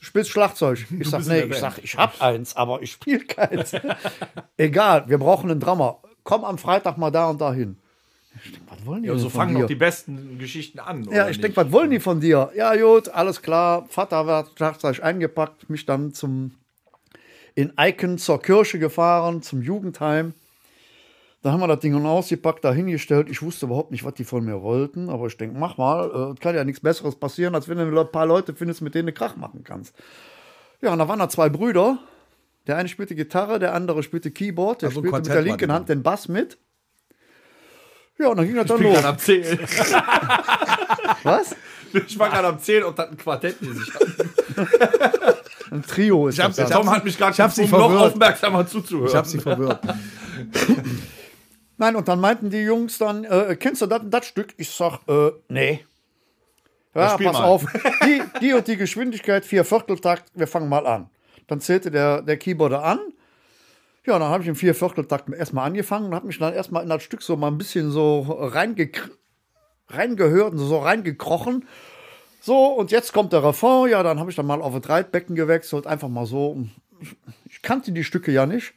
Speaker 5: Du spielst Schlagzeug. Ich sag, nee, ich sag, ich hab eins, aber ich spiele keins. Egal, wir brauchen einen Drummer. Komm am Freitag mal da und dahin. Ich denk, was wollen die
Speaker 4: Ja,
Speaker 5: denn
Speaker 4: so
Speaker 5: von
Speaker 4: fangen
Speaker 5: mir?
Speaker 4: doch die besten Geschichten an.
Speaker 5: Ja,
Speaker 4: oder
Speaker 5: ich
Speaker 4: nicht?
Speaker 5: denke, was wollen die von dir? Ja, gut, alles klar. Vater hat Schlagzeug eingepackt, mich dann zum in Icon zur Kirche gefahren, zum Jugendheim. Da haben wir das Ding dann ausgepackt, da hingestellt. Ich wusste überhaupt nicht, was die von mir wollten, aber ich denke, mach mal, äh, kann ja nichts Besseres passieren, als wenn du ein paar Leute findest, mit denen du Krach machen kannst. Ja, und da waren da zwei Brüder. Der eine spielte Gitarre, der andere spielte Keyboard, der
Speaker 3: Also ein
Speaker 5: spielte mit
Speaker 3: Quartett
Speaker 5: der
Speaker 3: war
Speaker 5: linken
Speaker 3: die
Speaker 5: Hand den Bass mit. Ja, und dann ging das dann
Speaker 4: Ich bin
Speaker 5: los.
Speaker 4: gerade am Zählen.
Speaker 5: Was?
Speaker 4: Ich war gerade am Zählen, ob das ein Quartett ist. Ich,
Speaker 5: Ein Trio ist das
Speaker 3: hab's-
Speaker 5: dann.
Speaker 4: Tom hat mich gerade
Speaker 3: Ich hab sie
Speaker 4: gezwungen, noch
Speaker 3: verwirrt.
Speaker 4: aufmerksamer zuzuhören.
Speaker 3: Ich habe sie verwirrt.
Speaker 5: Nein, und dann meinten die Jungs dann, äh, kennst du das das Stück? Ich sag, äh, nee. Ja,
Speaker 4: spiel
Speaker 5: pass
Speaker 4: mal.
Speaker 5: auf. Die, die und die Geschwindigkeit, vier Vierteltakt, wir fangen mal an. Dann zählte der, der Keyboarder an. Ja, dann habe ich im Viervierteltakt erstmal angefangen und habe mich dann erstmal in das Stück so mal ein bisschen so reinge reingehört und so reingekrochen. So, und jetzt kommt der Refrain. Ja, dann habe ich dann mal auf ein Dreitbecken gewechselt, einfach mal so. Ich kannte die Stücke ja nicht.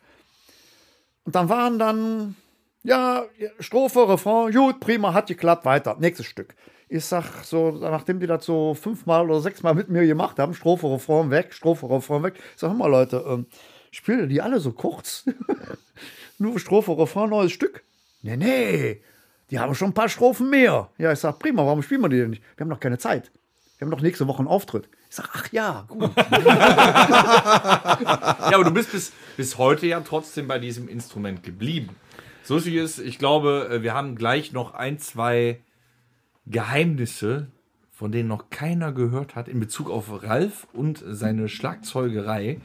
Speaker 5: Und dann waren dann ja, Strophe, Refrain, gut, prima, hat geklappt, weiter. Nächstes Stück. Ich sag so, nachdem die das so fünfmal oder sechsmal mit mir gemacht haben, Strophe, Refrain weg, Strophe, Refrain weg. Ich sag hör mal, Leute, ähm, spielt ihr die alle so kurz? Nur Strophe, Refrain, neues Stück? Nee, nee, die haben schon ein paar Strophen mehr. Ja, ich sag, prima, warum spielen wir die denn nicht? Wir haben noch keine Zeit. Wir haben doch nächste Woche einen Auftritt. Ich sag, ach ja, gut.
Speaker 4: Ja, aber du bist bis, bis heute ja trotzdem bei diesem Instrument geblieben. So wie es, ich glaube, äh, wir haben gleich noch ein, zwei Geheimnisse, von denen noch keiner gehört hat, in Bezug auf Ralf und seine Schlagzeugerei.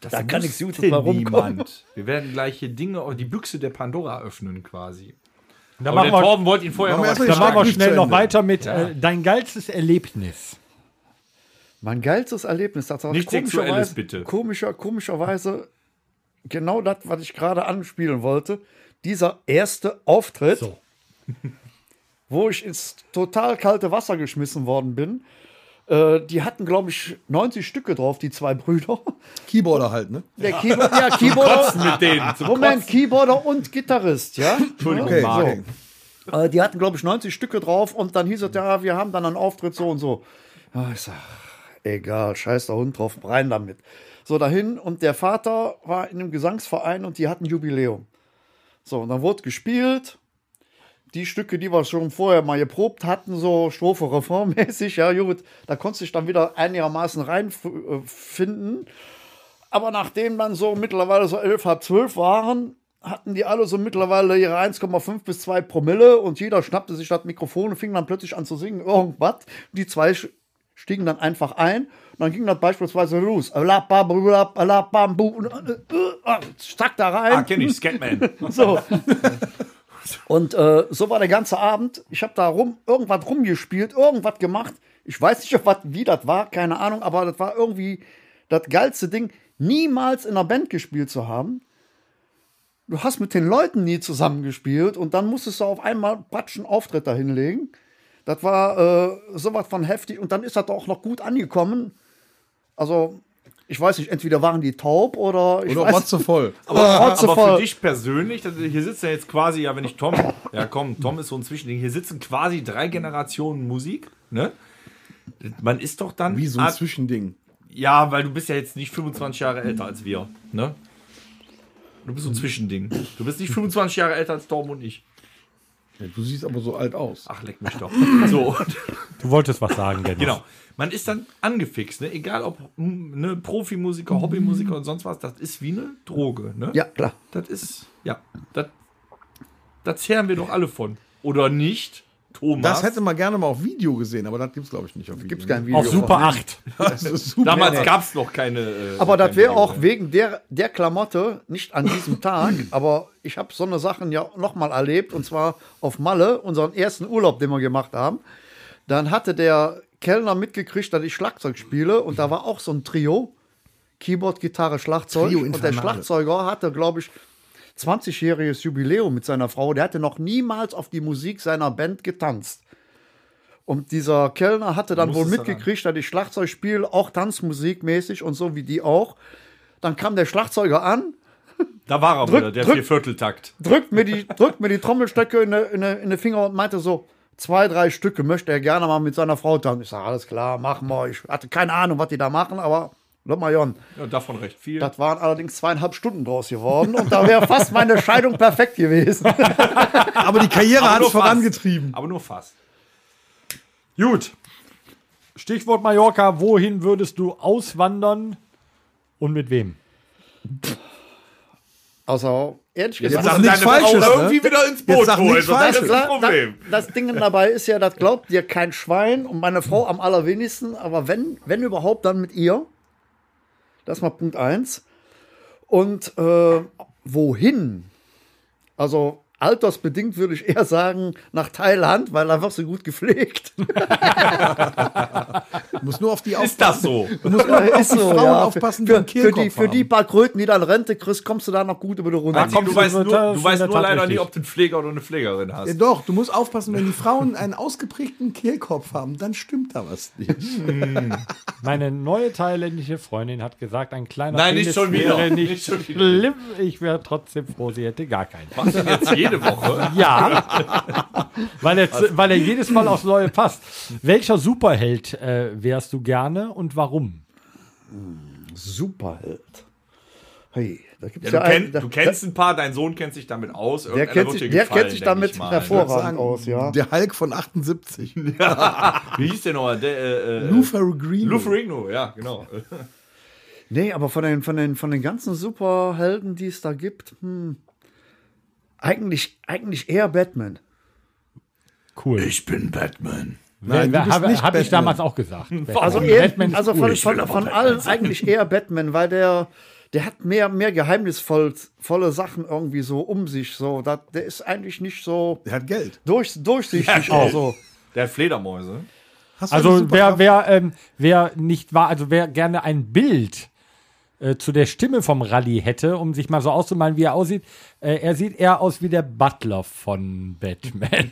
Speaker 4: Das
Speaker 5: Da kann
Speaker 4: wusste
Speaker 5: nichts Gutes mal rumkommen.
Speaker 4: niemand. Wir werden gleich hier Dinge, die Büchse der Pandora öffnen quasi.
Speaker 2: Da
Speaker 4: Aber
Speaker 2: machen
Speaker 4: der
Speaker 2: wir,
Speaker 4: Torben wollte ihn vorher noch
Speaker 3: Machen wir
Speaker 4: was
Speaker 3: erstmal
Speaker 2: da machen wir
Speaker 3: Nicht zu
Speaker 2: schnell noch
Speaker 3: Ende.
Speaker 2: weiter mit äh, dein geilstes Erlebnis.
Speaker 5: Mein geilstes Erlebnis, das war
Speaker 4: Nichts
Speaker 5: komischerweise-
Speaker 4: Sexuelles, bitte.
Speaker 5: Komischer, komischerweise genau das, was ich gerade anspielen wollte. dieser erste Auftritt,
Speaker 2: So.
Speaker 5: wo ich ins total kalte Wasser geschmissen worden bin. Äh, die hatten, glaube ich, 90 Stücke drauf, die zwei Brüder.
Speaker 3: Keyboarder halt, ne?
Speaker 5: Der Keyboard, ja, Keyboarder.
Speaker 4: Mit denen. Zum
Speaker 5: Moment, Keyboarder und Gitarrist, ja?
Speaker 4: Entschuldigung,
Speaker 5: okay,
Speaker 4: Marc.
Speaker 5: so. Äh, die hatten, glaube ich, 90 Stücke drauf und dann hieß es, ja, wir haben dann einen Auftritt so und so. Ja, ich sag, egal, scheiß der Hund drauf, rein damit. So dahin und der Vater war in einem Gesangsverein und die hatten Jubiläum. So, und dann wurde gespielt. Die Stücke, die wir schon vorher mal geprobt hatten, so Strophe reformmäßig, ja gut, da konntest du dich dann wieder einigermaßen reinfinden. Aber nachdem dann so mittlerweile so elf, halb zwölf waren, hatten die alle so mittlerweile ihre 1,5 bis 2 Promille und jeder schnappte sich das Mikrofon und fing dann plötzlich an zu singen, irgendwas. Die zwei sch- stiegen dann einfach ein und dann ging das beispielsweise los. Alapabulap, alapambu, und, äh, äh, Zack, da rein.
Speaker 4: Ah, kenn ich, Scatman.
Speaker 5: So. Und äh, so war der ganze Abend. Ich habe da rum, irgendwas rumgespielt, irgendwas gemacht. Ich weiß nicht, ob was, wie das war, keine Ahnung, aber das war irgendwie das geilste Ding, niemals in einer Band gespielt zu haben. Du hast mit den Leuten nie zusammengespielt und dann musstest du auf einmal Patschen Auftritt da hinlegen. Das war äh, sowas von heftig und dann ist das auch noch gut angekommen. Also, ich weiß nicht, entweder waren die taub oder ich
Speaker 3: Oder
Speaker 5: weiß,
Speaker 3: Rotze voll.
Speaker 5: aber
Speaker 4: Äh, Aber
Speaker 5: voll.
Speaker 4: für dich persönlich, das- hier sitzt ja jetzt quasi, ja, wenn ich Tom, ja komm, Tom ist so ein Zwischending, hier sitzen quasi drei Generationen Musik, ne? Man ist doch dann.
Speaker 3: Wie so ein
Speaker 4: Ah,
Speaker 3: Zwischending.
Speaker 4: ja, weil du bist ja jetzt nicht 25 Jahre älter als wir, ne? Du bist so ein Zwischending. Du bist nicht 25 Jahre älter als Tom und ich.
Speaker 3: Du siehst aber so alt aus.
Speaker 4: Ach, leck mich doch. So, und-
Speaker 2: Du wolltest was sagen, Dennis.
Speaker 4: genau. Man ist dann angefixt, ne? Egal ob mm, ne, Profimusiker, Hobbymusiker und sonst was, das ist wie eine Droge, ne?
Speaker 5: Ja, klar.
Speaker 4: Das ist, ja, das, das zehren wir doch alle von. Oder nicht, Thomas?
Speaker 3: Das hätte man gerne mal auf Video gesehen, aber das gibt's glaube ich nicht auf Video. ne?
Speaker 5: Gibt's kein Video.
Speaker 2: Auf Super 8.
Speaker 3: Das ist super.
Speaker 4: Damals
Speaker 3: Nee.
Speaker 4: gab es noch keine. äh,
Speaker 5: Aber das
Speaker 4: keine
Speaker 5: wäre auch
Speaker 4: Regeln.
Speaker 5: wegen der, der Klamotte, nicht an diesem Tag, aber ich habe so eine Sachen ja nochmal erlebt, und zwar auf Malle, unseren ersten Urlaub, den wir gemacht haben. Dann hatte der Kellner mitgekriegt, dass ich Schlagzeug spiele und da war auch so ein Trio, Keyboard, Gitarre, Schlagzeug.
Speaker 3: Trio
Speaker 5: und der
Speaker 3: Infernale.
Speaker 5: Schlagzeuger hatte, glaube ich, 20-jähriges Jubiläum mit seiner Frau. Der hatte noch niemals auf die Musik seiner Band getanzt. Und dieser Kellner hatte dann wohl
Speaker 4: es daran.
Speaker 5: mitgekriegt, dass ich Schlagzeug spiele, auch tanzmusikmäßig und so wie die auch. Dann kam der Schlagzeuger an,
Speaker 4: Da war er
Speaker 5: Drück-
Speaker 4: wieder, der
Speaker 5: drück-
Speaker 4: Viervierteltakt.
Speaker 5: drückt mir die, drückt mir die Trommelstöcke in, die- in, die- in die Finger und meinte so, zwei, drei Stücke möchte er gerne mal mit seiner Frau tanzen. Ich sage, alles klar, machen wir. Ich hatte keine Ahnung, was die da machen, aber lass mal Jon.
Speaker 4: Ja, davon recht viel.
Speaker 5: Das waren allerdings zweieinhalb Stunden draus geworden und da wäre fast meine Scheidung perfekt gewesen.
Speaker 3: Aber die Karriere hat
Speaker 4: nur
Speaker 3: es
Speaker 4: fast.
Speaker 3: vorangetrieben.
Speaker 4: Aber nur fast.
Speaker 2: Gut. Stichwort Mallorca. Wohin würdest du auswandern und mit wem?
Speaker 5: Also, ehrlich gesagt,
Speaker 3: muss nichts Falsches, ne?
Speaker 4: irgendwie wieder ins
Speaker 3: Jetzt
Speaker 4: Boot
Speaker 3: sag
Speaker 4: holen.
Speaker 3: nichts
Speaker 4: sonst
Speaker 5: das,
Speaker 3: Falsches.
Speaker 4: ist das
Speaker 5: das, das,
Speaker 4: Problem.
Speaker 5: das Ding dabei ist ja, das glaubt dir kein Schwein und meine Frau am allerwenigsten, aber wenn, wenn überhaupt, dann mit ihr. Das ist mal Punkt eins. Und äh, wohin? Also altersbedingt würde ich eher sagen, nach Thailand, weil da wirst du gut gepflegt.
Speaker 3: Du musst nur auf die
Speaker 4: Ist das so?
Speaker 5: Ist
Speaker 3: die Frauen aufpassen, die
Speaker 5: für,
Speaker 3: einen
Speaker 5: für, die,
Speaker 3: Kehlkopf
Speaker 5: für die
Speaker 3: haben.
Speaker 5: paar Kröten, die dann Rente kriegst, kommst du da noch gut über die Runde.
Speaker 2: Einzig-
Speaker 4: Ah, Komm, du
Speaker 2: Das
Speaker 4: weißt
Speaker 2: ist
Speaker 4: nur, du
Speaker 2: in der
Speaker 4: weißt nur
Speaker 2: Tat
Speaker 4: leider
Speaker 2: richtig.
Speaker 4: nicht, ob du einen Pfleger oder eine Pflegerin hast.
Speaker 1: Ja, doch, du musst aufpassen, wenn die Frauen einen ausgeprägten Kehlkopf haben, dann stimmt da was nicht.
Speaker 2: Meine neue thailändische Freundin hat gesagt, ein kleiner
Speaker 4: Nein, nicht
Speaker 2: Penis
Speaker 4: schon wieder.
Speaker 2: wäre nicht,
Speaker 4: Nicht schon wieder.
Speaker 2: schlimm. Ich wäre trotzdem froh, sie hätte gar keinen.
Speaker 4: Machst du das jetzt jede Woche?
Speaker 2: Ja, weil er, zu- weil er jedes Mal aufs Neue passt. Welcher Superheld äh, wärst du gerne und warum?
Speaker 5: Superheld. Hey, da gibt's
Speaker 4: Ja,
Speaker 5: ja,
Speaker 4: du,
Speaker 5: einen,
Speaker 4: kenn,
Speaker 5: da,
Speaker 4: du kennst ein paar, dein Sohn kennt sich damit aus.
Speaker 5: Der
Speaker 4: irgendeiner
Speaker 5: kennt
Speaker 4: wird
Speaker 5: sich,
Speaker 4: dir
Speaker 5: der
Speaker 4: gefallen,
Speaker 5: kennt sich
Speaker 4: denk
Speaker 5: damit
Speaker 4: ich mal.
Speaker 5: hervorragend
Speaker 3: Sagen,
Speaker 5: aus, ja.
Speaker 3: Der Hulk von 78.
Speaker 4: Wie hieß der nochmal? Der, äh, äh,
Speaker 3: Luther Green.
Speaker 4: Luferigno, ja, genau.
Speaker 5: Nee, aber von den, von den, von den ganzen Superhelden, die es da gibt, hm, eigentlich, eigentlich eher Batman.
Speaker 2: Cool.
Speaker 4: Ich bin Batman.
Speaker 3: Nein, du bist
Speaker 2: Habe
Speaker 3: nicht
Speaker 2: hab ich
Speaker 3: Batman.
Speaker 2: damals auch gesagt.
Speaker 5: Also,
Speaker 2: Batman.
Speaker 5: eher,
Speaker 2: Batman ist
Speaker 5: also
Speaker 2: cool.
Speaker 5: von, von, von allen eigentlich eher Batman, weil der, der hat mehr, mehr geheimnisvolle Sachen irgendwie so um sich. So. Da, der ist eigentlich nicht so
Speaker 3: Der hat Geld.
Speaker 5: durch, durchsichtig.
Speaker 4: Ja,
Speaker 5: oder so.
Speaker 4: Der hat Fledermäuse.
Speaker 3: Hast du eine
Speaker 2: Also wer,
Speaker 3: Superkraft?
Speaker 2: wer, ähm, wer nicht war, also wer gerne ein Bild äh, zu der Stimme vom Rally hätte, um sich mal so auszumalen, wie er aussieht. Äh, er sieht eher aus wie der Butler von Batman.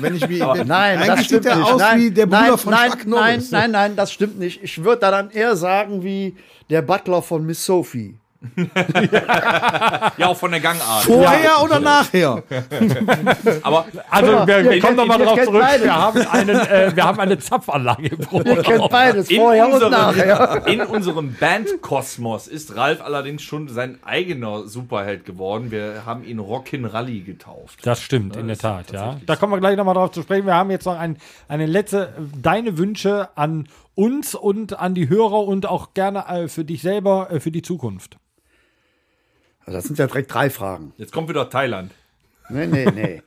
Speaker 3: Wenn ich wie, wenn,
Speaker 5: Nein,
Speaker 3: eigentlich
Speaker 5: das
Speaker 3: sieht
Speaker 5: stimmt
Speaker 3: er
Speaker 5: nicht.
Speaker 3: aus
Speaker 5: nein,
Speaker 3: wie der Bruder
Speaker 5: nein,
Speaker 3: von
Speaker 5: nein,
Speaker 3: Chuck
Speaker 5: nein,
Speaker 3: Norris.
Speaker 5: nein, nein, das stimmt nicht. Ich würde da dann eher sagen wie der Butler von Miss Sophie.
Speaker 4: Ja, auch von der Gangart.
Speaker 3: Vorher oder nachher?
Speaker 4: Aber
Speaker 2: Also, wir
Speaker 5: ihr
Speaker 2: wir kommen
Speaker 5: kennt-
Speaker 2: nochmal
Speaker 5: ihr
Speaker 2: drauf
Speaker 5: kennt
Speaker 2: zurück.
Speaker 5: beide.
Speaker 2: Wir haben, einen, äh, wir haben eine Zapfanlage im
Speaker 5: Ihr kennt
Speaker 2: Proberaum.
Speaker 5: beides,
Speaker 4: in
Speaker 5: vorher und
Speaker 4: unserem,
Speaker 5: nachher.
Speaker 4: in unserem Bandkosmos ist Ralf allerdings schon sein eigener Superheld geworden. Wir haben ihn Rockin Rally getauft.
Speaker 2: Das stimmt, in der Tat, ja. Da kommen wir gleich nochmal drauf zu sprechen. Wir haben jetzt noch ein, eine letzte, äh, deine Wünsche an uns und an die Hörer und auch gerne äh, für dich selber, äh, für die Zukunft.
Speaker 5: Also das sind ja direkt drei Fragen.
Speaker 4: Jetzt kommt wieder Thailand.
Speaker 5: Nee, nee, nee.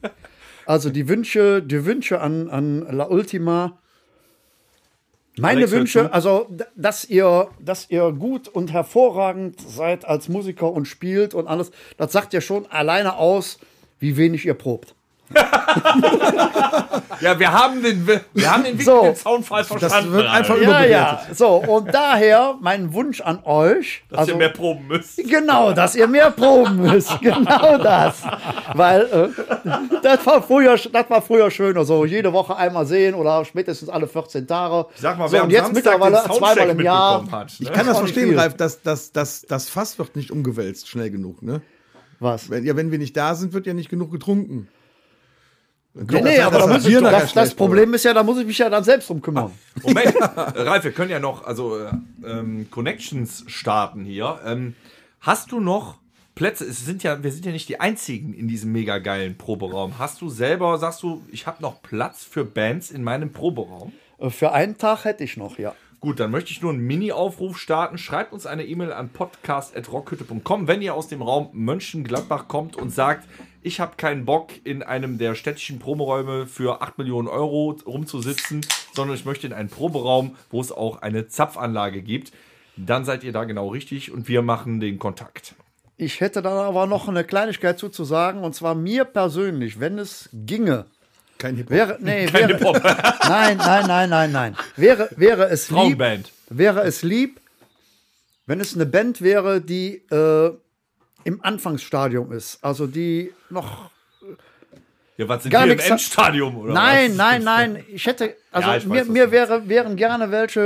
Speaker 5: Also die Wünsche, die Wünsche an, an La Ultima. Meine
Speaker 4: Alex, hör
Speaker 5: Wünsche,
Speaker 4: zu.
Speaker 5: also d- dass ihr, dass ihr gut und hervorragend seid als Musiker und spielt und alles, das sagt ja schon alleine aus, wie wenig ihr probt.
Speaker 4: Ja, wir haben den, wir haben den Weg
Speaker 5: So.
Speaker 4: den Zaunfall verstanden.
Speaker 3: wird
Speaker 4: Ralf.
Speaker 3: einfach-
Speaker 5: Ja, ja.
Speaker 3: Überbewertet.
Speaker 5: So, und daher mein Wunsch an euch. also
Speaker 4: dass ihr mehr proben müsst.
Speaker 5: Genau, dass ihr mehr proben müsst. Genau das. Weil äh, das, war früher, das war früher schöner. So jede Woche einmal sehen oder spätestens alle 14 Tage.
Speaker 4: Sag mal,
Speaker 5: so,
Speaker 4: wer am
Speaker 5: und jetzt
Speaker 4: Samstag
Speaker 5: mittlerweile
Speaker 4: den Soundcheck
Speaker 5: zweimal im Jahr.
Speaker 4: mitbekommen hat.
Speaker 3: Ich
Speaker 4: ne?
Speaker 3: kann das
Speaker 5: auch nicht
Speaker 3: verstehen,
Speaker 5: viel.
Speaker 3: Ralf, das, das, das, das Fass wird nicht umgewälzt schnell genug. Ne?
Speaker 5: Was?
Speaker 3: Wenn, ja, wenn wir nicht da sind, wird ja nicht genug getrunken.
Speaker 5: Nee, nee, aber da muss ich,
Speaker 3: wir nachher
Speaker 5: das, das
Speaker 3: schlecht,
Speaker 5: Problem ist ja, da muss ich mich ja dann selbst drum kümmern.
Speaker 4: Moment, Ralf, wir können ja noch also äh, ähm, Connections starten hier. Ähm, hast du noch Plätze? Es sind ja, wir sind ja nicht die einzigen in diesem mega geilen Proberaum. Hast du selber, sagst du, ich habe noch Platz für Bands in meinem Proberaum?
Speaker 5: Äh, Für einen Tag hätte ich noch, ja.
Speaker 4: Gut, dann möchte ich nur einen Mini-Aufruf starten. Schreibt uns eine E-Mail an podcast.rockhütte.com, wenn ihr aus dem Raum Mönchengladbach kommt und sagt, ich habe keinen Bock, in einem der städtischen Proberäume für 8 Millionen Euro rumzusitzen, sondern ich möchte in einen Proberaum, wo es auch eine Zapfanlage gibt. Dann seid ihr da genau richtig und wir machen den Kontakt.
Speaker 5: Ich hätte dann aber noch eine Kleinigkeit zuzusagen, und zwar mir persönlich, wenn es ginge.
Speaker 3: Kein Hip
Speaker 5: Wäre, nee, wäre, nein, nein, nein, nein, nein. Wäre, wäre es lieb,
Speaker 4: Frauenband.
Speaker 5: wäre es lieb, wenn es eine Band wäre, die äh, im Anfangsstadium ist, also die noch
Speaker 4: Ja, was sind
Speaker 5: Gar
Speaker 4: wir im
Speaker 5: nix hat-
Speaker 4: Endstadium oder
Speaker 5: Nein,
Speaker 4: was?
Speaker 5: nein, nein. Ich hätte, also
Speaker 4: Ja, ich weiß,
Speaker 5: mir,
Speaker 4: was du
Speaker 5: mir wäre, wären gerne welche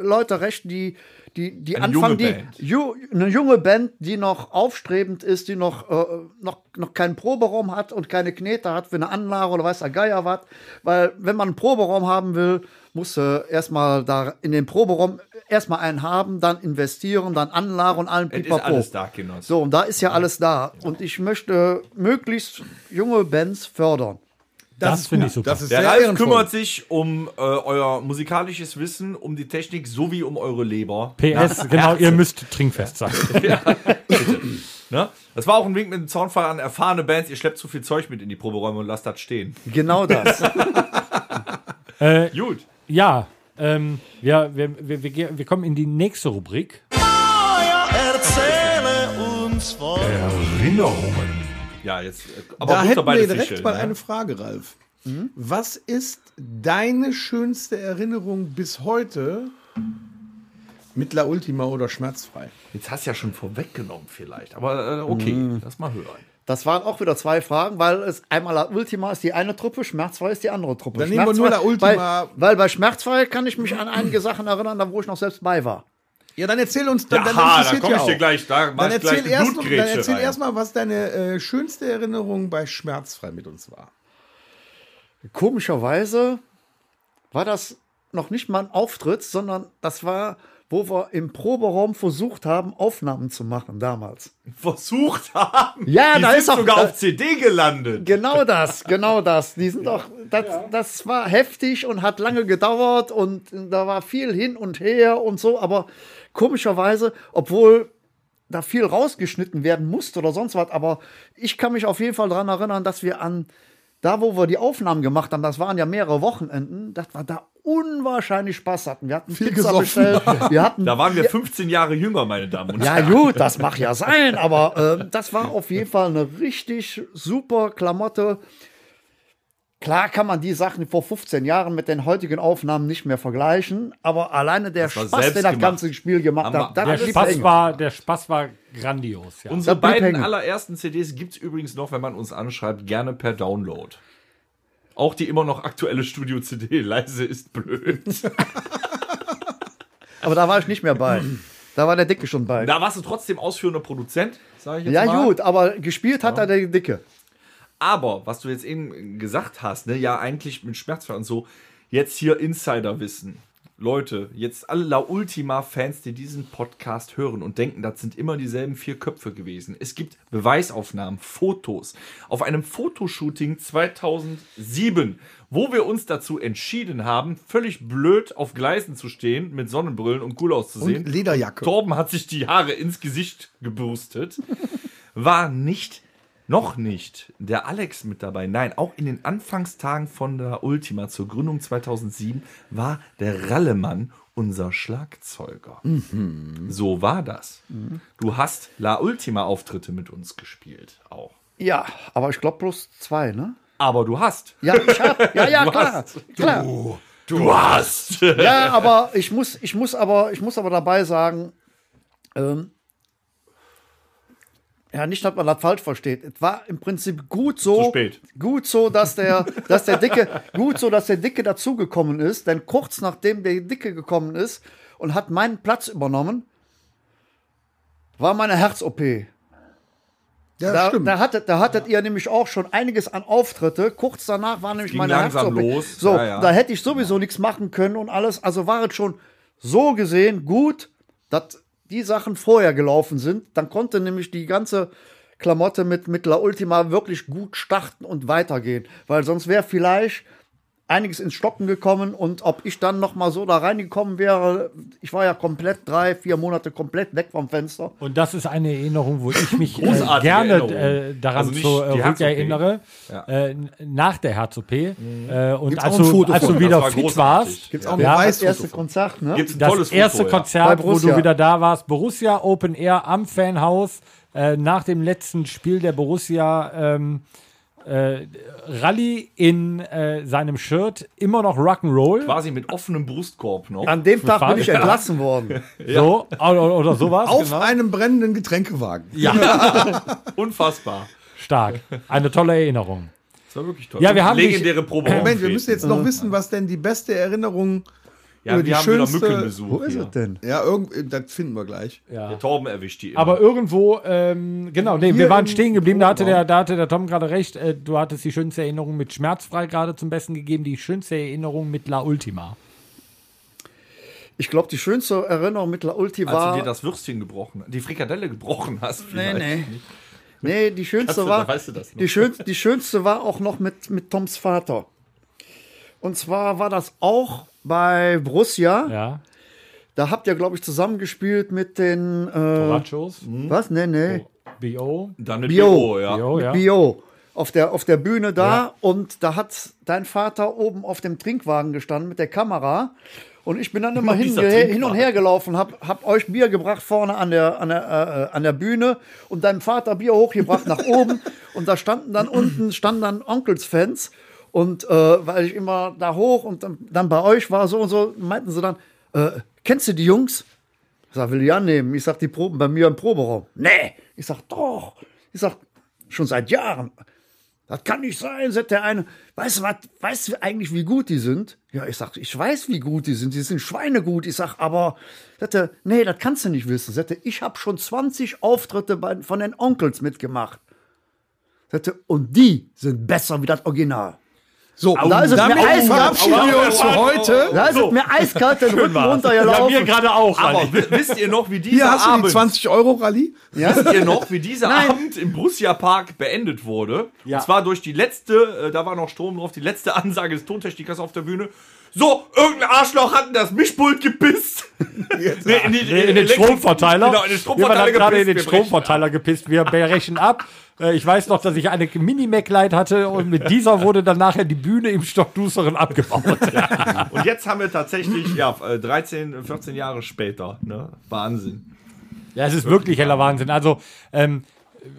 Speaker 5: äh, Leute recht, die, die, die
Speaker 4: Eine
Speaker 5: anfangen,
Speaker 4: junge
Speaker 5: die
Speaker 4: Band.
Speaker 5: ju, eine junge Band, die noch aufstrebend ist, die noch, äh, noch, noch keinen Proberaum hat und keine Knete hat für eine Anlage oder weiß der Geier was. Weil wenn man einen Proberaum haben will, muss äh, erstmal da in den Proberaum äh, erstmal einen haben, dann investieren, dann Anlage und allen
Speaker 4: Es ist
Speaker 5: Pipapo.
Speaker 4: alles da, Kinder.
Speaker 5: So, und da ist ja alles da. Und ich möchte möglichst junge Bands fördern.
Speaker 2: Das, finde ich super.
Speaker 3: Das ist
Speaker 4: Der
Speaker 3: sehr
Speaker 4: Ralf
Speaker 3: ehrenvoll.
Speaker 4: kümmert sich um äh, euer musikalisches Wissen, um die Technik sowie um eure Leber.
Speaker 2: PS, genau, ihr müsst trinkfest sein.
Speaker 4: Ne? Das war auch ein Wink mit dem Zaunfall an erfahrene Bands. Ihr schleppt zu viel Zeug mit in die Proberäume und lasst das stehen.
Speaker 5: Genau das.
Speaker 4: Gut.
Speaker 2: Äh, ja, ähm, ja wir, wir, wir, ge- wir kommen in die nächste Rubrik.
Speaker 4: Ja, jetzt. äh, Aber
Speaker 3: Da
Speaker 4: gut
Speaker 3: hätten
Speaker 4: dabei
Speaker 3: wir
Speaker 4: die
Speaker 3: direkt
Speaker 4: Fische,
Speaker 3: mal
Speaker 4: ne? Mhm.
Speaker 3: eine Frage, Ralf. Was ist deine schönste Erinnerung bis heute mit La Ultima oder Schmerzfrei?
Speaker 4: Jetzt hast du ja schon vorweggenommen, vielleicht. Aber äh, okay,
Speaker 3: Mhm.
Speaker 4: lass mal hören.
Speaker 5: Das waren auch wieder zwei Fragen, weil es einmal La Ultima ist die eine Truppe, Schmerzfrei ist die andere Truppe.
Speaker 3: Dann nehmen wir nur
Speaker 5: Schmerzfrei-
Speaker 3: La Ultima.
Speaker 5: Weil, weil bei Schmerzfrei kann ich mich an einige Sachen erinnern, da wo ich noch selbst bei war.
Speaker 3: Ja, dann erzähl uns dann. dann interessiert ja auch.
Speaker 4: Da mach
Speaker 3: Dann
Speaker 4: ich
Speaker 3: erzähl,
Speaker 4: eine
Speaker 3: erst, dann
Speaker 4: Blutgrätsche
Speaker 3: erzähl
Speaker 4: rein.
Speaker 3: erstmal, was deine äh, schönste Erinnerung bei Schmerzfrei mit uns war.
Speaker 5: Komischerweise war das noch nicht mal ein Auftritt, sondern das war, wo wir im Proberaum versucht haben, Aufnahmen zu machen damals.
Speaker 4: Versucht haben.
Speaker 5: Ja,
Speaker 4: die
Speaker 5: da
Speaker 4: sind
Speaker 5: ist auch-
Speaker 4: sogar
Speaker 5: da-
Speaker 4: auf CD gelandet.
Speaker 5: Genau das, genau das. Die sind doch, das, das war heftig und hat lange gedauert und da war viel hin und her und so, aber komischerweise, obwohl da viel rausgeschnitten werden musste oder sonst was, aber ich kann mich auf jeden Fall daran erinnern, dass wir an da, wo wir die Aufnahmen gemacht haben, das waren ja mehrere Wochenenden, dass wir da unwahrscheinlich Spaß hatten. Wir hatten Pizza
Speaker 3: gesoffen.
Speaker 5: bestellt, wir hatten
Speaker 4: Da waren wir 15 Jahre jünger, meine Damen und Herren.
Speaker 5: ja, gut, das mag ja sein, aber ähm, das war auf jeden Fall eine richtig super Klamotte. Klar kann man die Sachen vor 15 Jahren mit den heutigen Aufnahmen nicht mehr vergleichen, aber alleine der
Speaker 4: war
Speaker 5: Spaß, den das
Speaker 4: selbstgemacht.
Speaker 5: ganze Spiel gemacht
Speaker 4: Haben
Speaker 5: hat,
Speaker 4: wir
Speaker 5: das
Speaker 2: Der
Speaker 5: blieb
Speaker 2: Spaß,
Speaker 5: hängen.
Speaker 2: war, der Spaß war grandios. Ja.
Speaker 4: Unsere
Speaker 5: Das blieb
Speaker 4: beiden
Speaker 5: hängen.
Speaker 4: allerersten CDs gibt's übrigens noch, wenn man uns anschreibt, gerne per Download. Auch die immer noch aktuelle Studio-CD, leise ist blöd.
Speaker 5: Aber da war ich nicht mehr bei. Da war der Dicke schon bei.
Speaker 4: Da warst du trotzdem ausführender Produzent, sage ich jetzt
Speaker 5: ja,
Speaker 4: mal.
Speaker 5: gut, aber gespielt hat er der Dicke.
Speaker 4: Aber, was du jetzt eben gesagt hast, ne, ja, eigentlich mit Schmerzfall und so, jetzt hier Insiderwissen. Leute, jetzt alle La Ultima-Fans, die diesen Podcast hören und denken, das sind immer dieselben vier Köpfe gewesen. Es gibt Beweisaufnahmen, Fotos. Auf einem Fotoshooting 2007, wo wir uns dazu entschieden haben, völlig blöd auf Gleisen zu stehen, mit Sonnenbrillen und cool auszusehen.
Speaker 1: Und Lederjacke.
Speaker 4: Torben hat sich die Haare ins Gesicht gebürstet. War nicht, noch nicht der Alex mit dabei. Nein, auch in den Anfangstagen von der Ultima zur Gründung 2007 war der Rallemann unser Schlagzeuger. So war das. Du hast La Ultima Auftritte mit uns gespielt auch.
Speaker 5: Ja, aber ich glaube bloß zwei, ne?
Speaker 4: Aber du hast.
Speaker 5: Ja, ich hab, ja, ja, klar, klar.
Speaker 4: Du hast.
Speaker 5: Ja, aber ich muss, ich muss aber, ich muss aber dabei sagen, ähm, ja, nicht, dass man das falsch versteht. Es war im Prinzip gut so,
Speaker 4: Zu spät.
Speaker 5: gut so, dass der, dass der Dicke, gut so, dass der Dicke dazugekommen ist, denn kurz nachdem der Dicke gekommen ist und hat meinen Platz übernommen, war meine Herz-OP.
Speaker 1: Ja,
Speaker 5: Da,
Speaker 1: stimmt.
Speaker 5: da, hattet, da hattet ihr nämlich auch schon einiges an Auftritte. Kurz danach war nämlich
Speaker 4: ging
Speaker 5: meine
Speaker 4: langsam
Speaker 5: Herz-OP.
Speaker 4: los.
Speaker 5: So,
Speaker 4: Ja, ja.
Speaker 5: da hätte ich sowieso nichts machen können und alles. Also war es schon so gesehen gut, dass die Sachen vorher gelaufen sind. Dann konnte nämlich die ganze Klamotte mit, mit La Ultima wirklich gut starten und weitergehen. Weil sonst wäre vielleicht einiges ins Stocken gekommen und ob ich dann noch mal so da reingekommen wäre, ich war ja komplett drei, vier Monate komplett weg vom Fenster.
Speaker 2: Und das ist eine Erinnerung, wo ich mich äh,
Speaker 4: Großartige Erinnerung.
Speaker 2: gerne äh, daran
Speaker 4: Also nicht
Speaker 2: zu
Speaker 4: die
Speaker 2: äh,
Speaker 4: Herz-OP.
Speaker 2: erinnere.
Speaker 4: Ja.
Speaker 2: Äh, n- nach der Herz-OP. Äh, und
Speaker 1: Gibt's
Speaker 2: als
Speaker 1: auch ein
Speaker 2: du,
Speaker 1: Foto
Speaker 2: als
Speaker 1: von.
Speaker 2: du
Speaker 1: Das
Speaker 2: wieder
Speaker 4: war
Speaker 2: fit
Speaker 4: großartig.
Speaker 2: warst,
Speaker 1: Gibt's auch ein
Speaker 2: Ja,
Speaker 5: Das erste
Speaker 1: Weißfoto von.
Speaker 5: Konzert, ne?
Speaker 4: Gibt's ein
Speaker 2: das
Speaker 4: tolles
Speaker 2: erste
Speaker 4: Foto, ja.
Speaker 5: Bei
Speaker 2: Konzert, wo
Speaker 5: Borussia.
Speaker 2: du wieder da warst, Borussia Open Air am Fanhaus, äh, nach dem letzten Spiel der Borussia ähm, äh, Rallye in äh, seinem Shirt, immer noch Rock'n'Roll.
Speaker 4: Quasi mit offenem Brustkorb noch.
Speaker 5: An dem Tag bin ich
Speaker 2: Ja.
Speaker 5: entlassen worden.
Speaker 2: So, oder, oder sowas.
Speaker 1: Auf
Speaker 5: genau.
Speaker 1: einem brennenden Getränkewagen.
Speaker 4: Unfassbar.
Speaker 2: Stark. Eine tolle Erinnerung.
Speaker 4: Das war wirklich toll.
Speaker 2: Ja, wir haben dich-
Speaker 4: legendäre Probe.
Speaker 1: Moment, wir müssen jetzt
Speaker 5: Äh.
Speaker 1: noch wissen, was denn die beste Erinnerung.
Speaker 4: ja,
Speaker 1: über
Speaker 4: wir
Speaker 1: die
Speaker 4: haben
Speaker 1: schönste-
Speaker 4: wieder Mückenbesuch.
Speaker 5: Wo ist
Speaker 4: hier.
Speaker 5: es denn?
Speaker 1: Ja, irgend, das finden wir gleich.
Speaker 4: Der Torben erwischt die. Immer.
Speaker 2: Aber irgendwo, ähm, genau, nee, wir waren
Speaker 1: im
Speaker 2: stehen geblieben, da hatte, der, da hatte der Tom gerade recht. Äh, du hattest die schönste Erinnerung mit Schmerzfrei gerade zum Besten gegeben, die schönste Erinnerung mit La Ultima.
Speaker 5: Ich glaube, die schönste Erinnerung mit La Ulti
Speaker 4: als du dir
Speaker 5: war.
Speaker 4: das Würstchen gebrochen, die Frikadelle gebrochen hast.
Speaker 5: Nee,
Speaker 4: vielleicht.
Speaker 5: nee. Nee, die schönste
Speaker 4: Hast du-
Speaker 5: war.
Speaker 4: weißt du das noch?
Speaker 5: die, schön, die schönste war auch noch mit, mit Toms Vater. Und zwar war das auch bei Borussia.
Speaker 2: Ja,
Speaker 5: Da habt ihr, glaube ich, zusammengespielt mit den. Äh,
Speaker 2: Borachos,
Speaker 5: was? Nee, nee.
Speaker 2: B.O.,
Speaker 4: Dann mit Bio,
Speaker 5: Bio.
Speaker 4: Hm. ja.
Speaker 2: B.O., ja.
Speaker 5: Bio. Auf der, auf der Bühne da und da hat dein Vater oben auf dem Trinkwagen gestanden mit der Kamera. Und ich bin dann immer hin,
Speaker 4: Dieser
Speaker 5: hin und
Speaker 4: Trinkwagen.
Speaker 5: her gelaufen, hab, hab euch Bier gebracht vorne an der, an, der, äh, an der Bühne und deinem Vater Bier hochgebracht nach oben. Und da standen dann unten, standen dann Onkels-Fans. Und äh, weil ich immer da hoch und dann, dann bei euch war so und so, meinten sie dann, äh, kennst du die Jungs? Ich sag, will ich annehmen. Ich sag, die proben bei mir im Proberaum. Nee. Ich sag, doch. Ich sag, schon seit Jahren. Das kann nicht sein, sagt der eine. Weißt du, was, weißt du eigentlich, wie gut die sind? Ja, ich sag, ich weiß, wie gut die sind. Die sind schweinegut. Ich sag, aber, sagt er, nee, das kannst du nicht wissen. Sagt er, ich habe schon 20 Auftritte bei, von den Onkels mitgemacht. Sagt er, und die sind besser wie das Original.
Speaker 1: So,
Speaker 5: und da ist es
Speaker 1: damit
Speaker 5: mir eiskalt.
Speaker 1: verabschieden wir uns für heute.
Speaker 5: Da ist es mir eiskalt den Rücken runtergelaufen.
Speaker 2: gerade auch.
Speaker 4: Aber w- wisst ihr noch, wie dieser
Speaker 1: Hier hast du
Speaker 4: Abend,
Speaker 1: die 20 Euro Rallye.
Speaker 4: wisst ihr noch, wie dieser Abend im Borussia Park beendet wurde?
Speaker 2: Ja.
Speaker 4: Und zwar durch die letzte, äh, da war noch Strom drauf, die letzte Ansage des Tontechnikers auf der Bühne. So, irgendein Arschloch hat in das Mischpult gepisst. Nee, in,
Speaker 2: Nee,
Speaker 4: die-
Speaker 2: in den
Speaker 4: Elektro-
Speaker 2: Stromverteiler.
Speaker 4: Genau, in den
Speaker 2: Jemand
Speaker 4: Stromverteiler
Speaker 2: hat gerade in den
Speaker 4: gepisst. Wir brechen
Speaker 2: Stromverteiler gepisst. Wir brechen ab. Äh, Ich weiß noch, dass ich eine Mini-Mac-Light hatte und mit dieser wurde dann nachher die Bühne im Stockdusteren abgebaut.
Speaker 4: Und jetzt haben wir tatsächlich, ja, äh, 13, 14 Jahre später, ne? Wahnsinn.
Speaker 2: Ja, es ist wirklich heller Wahnsinn. Also, ähm,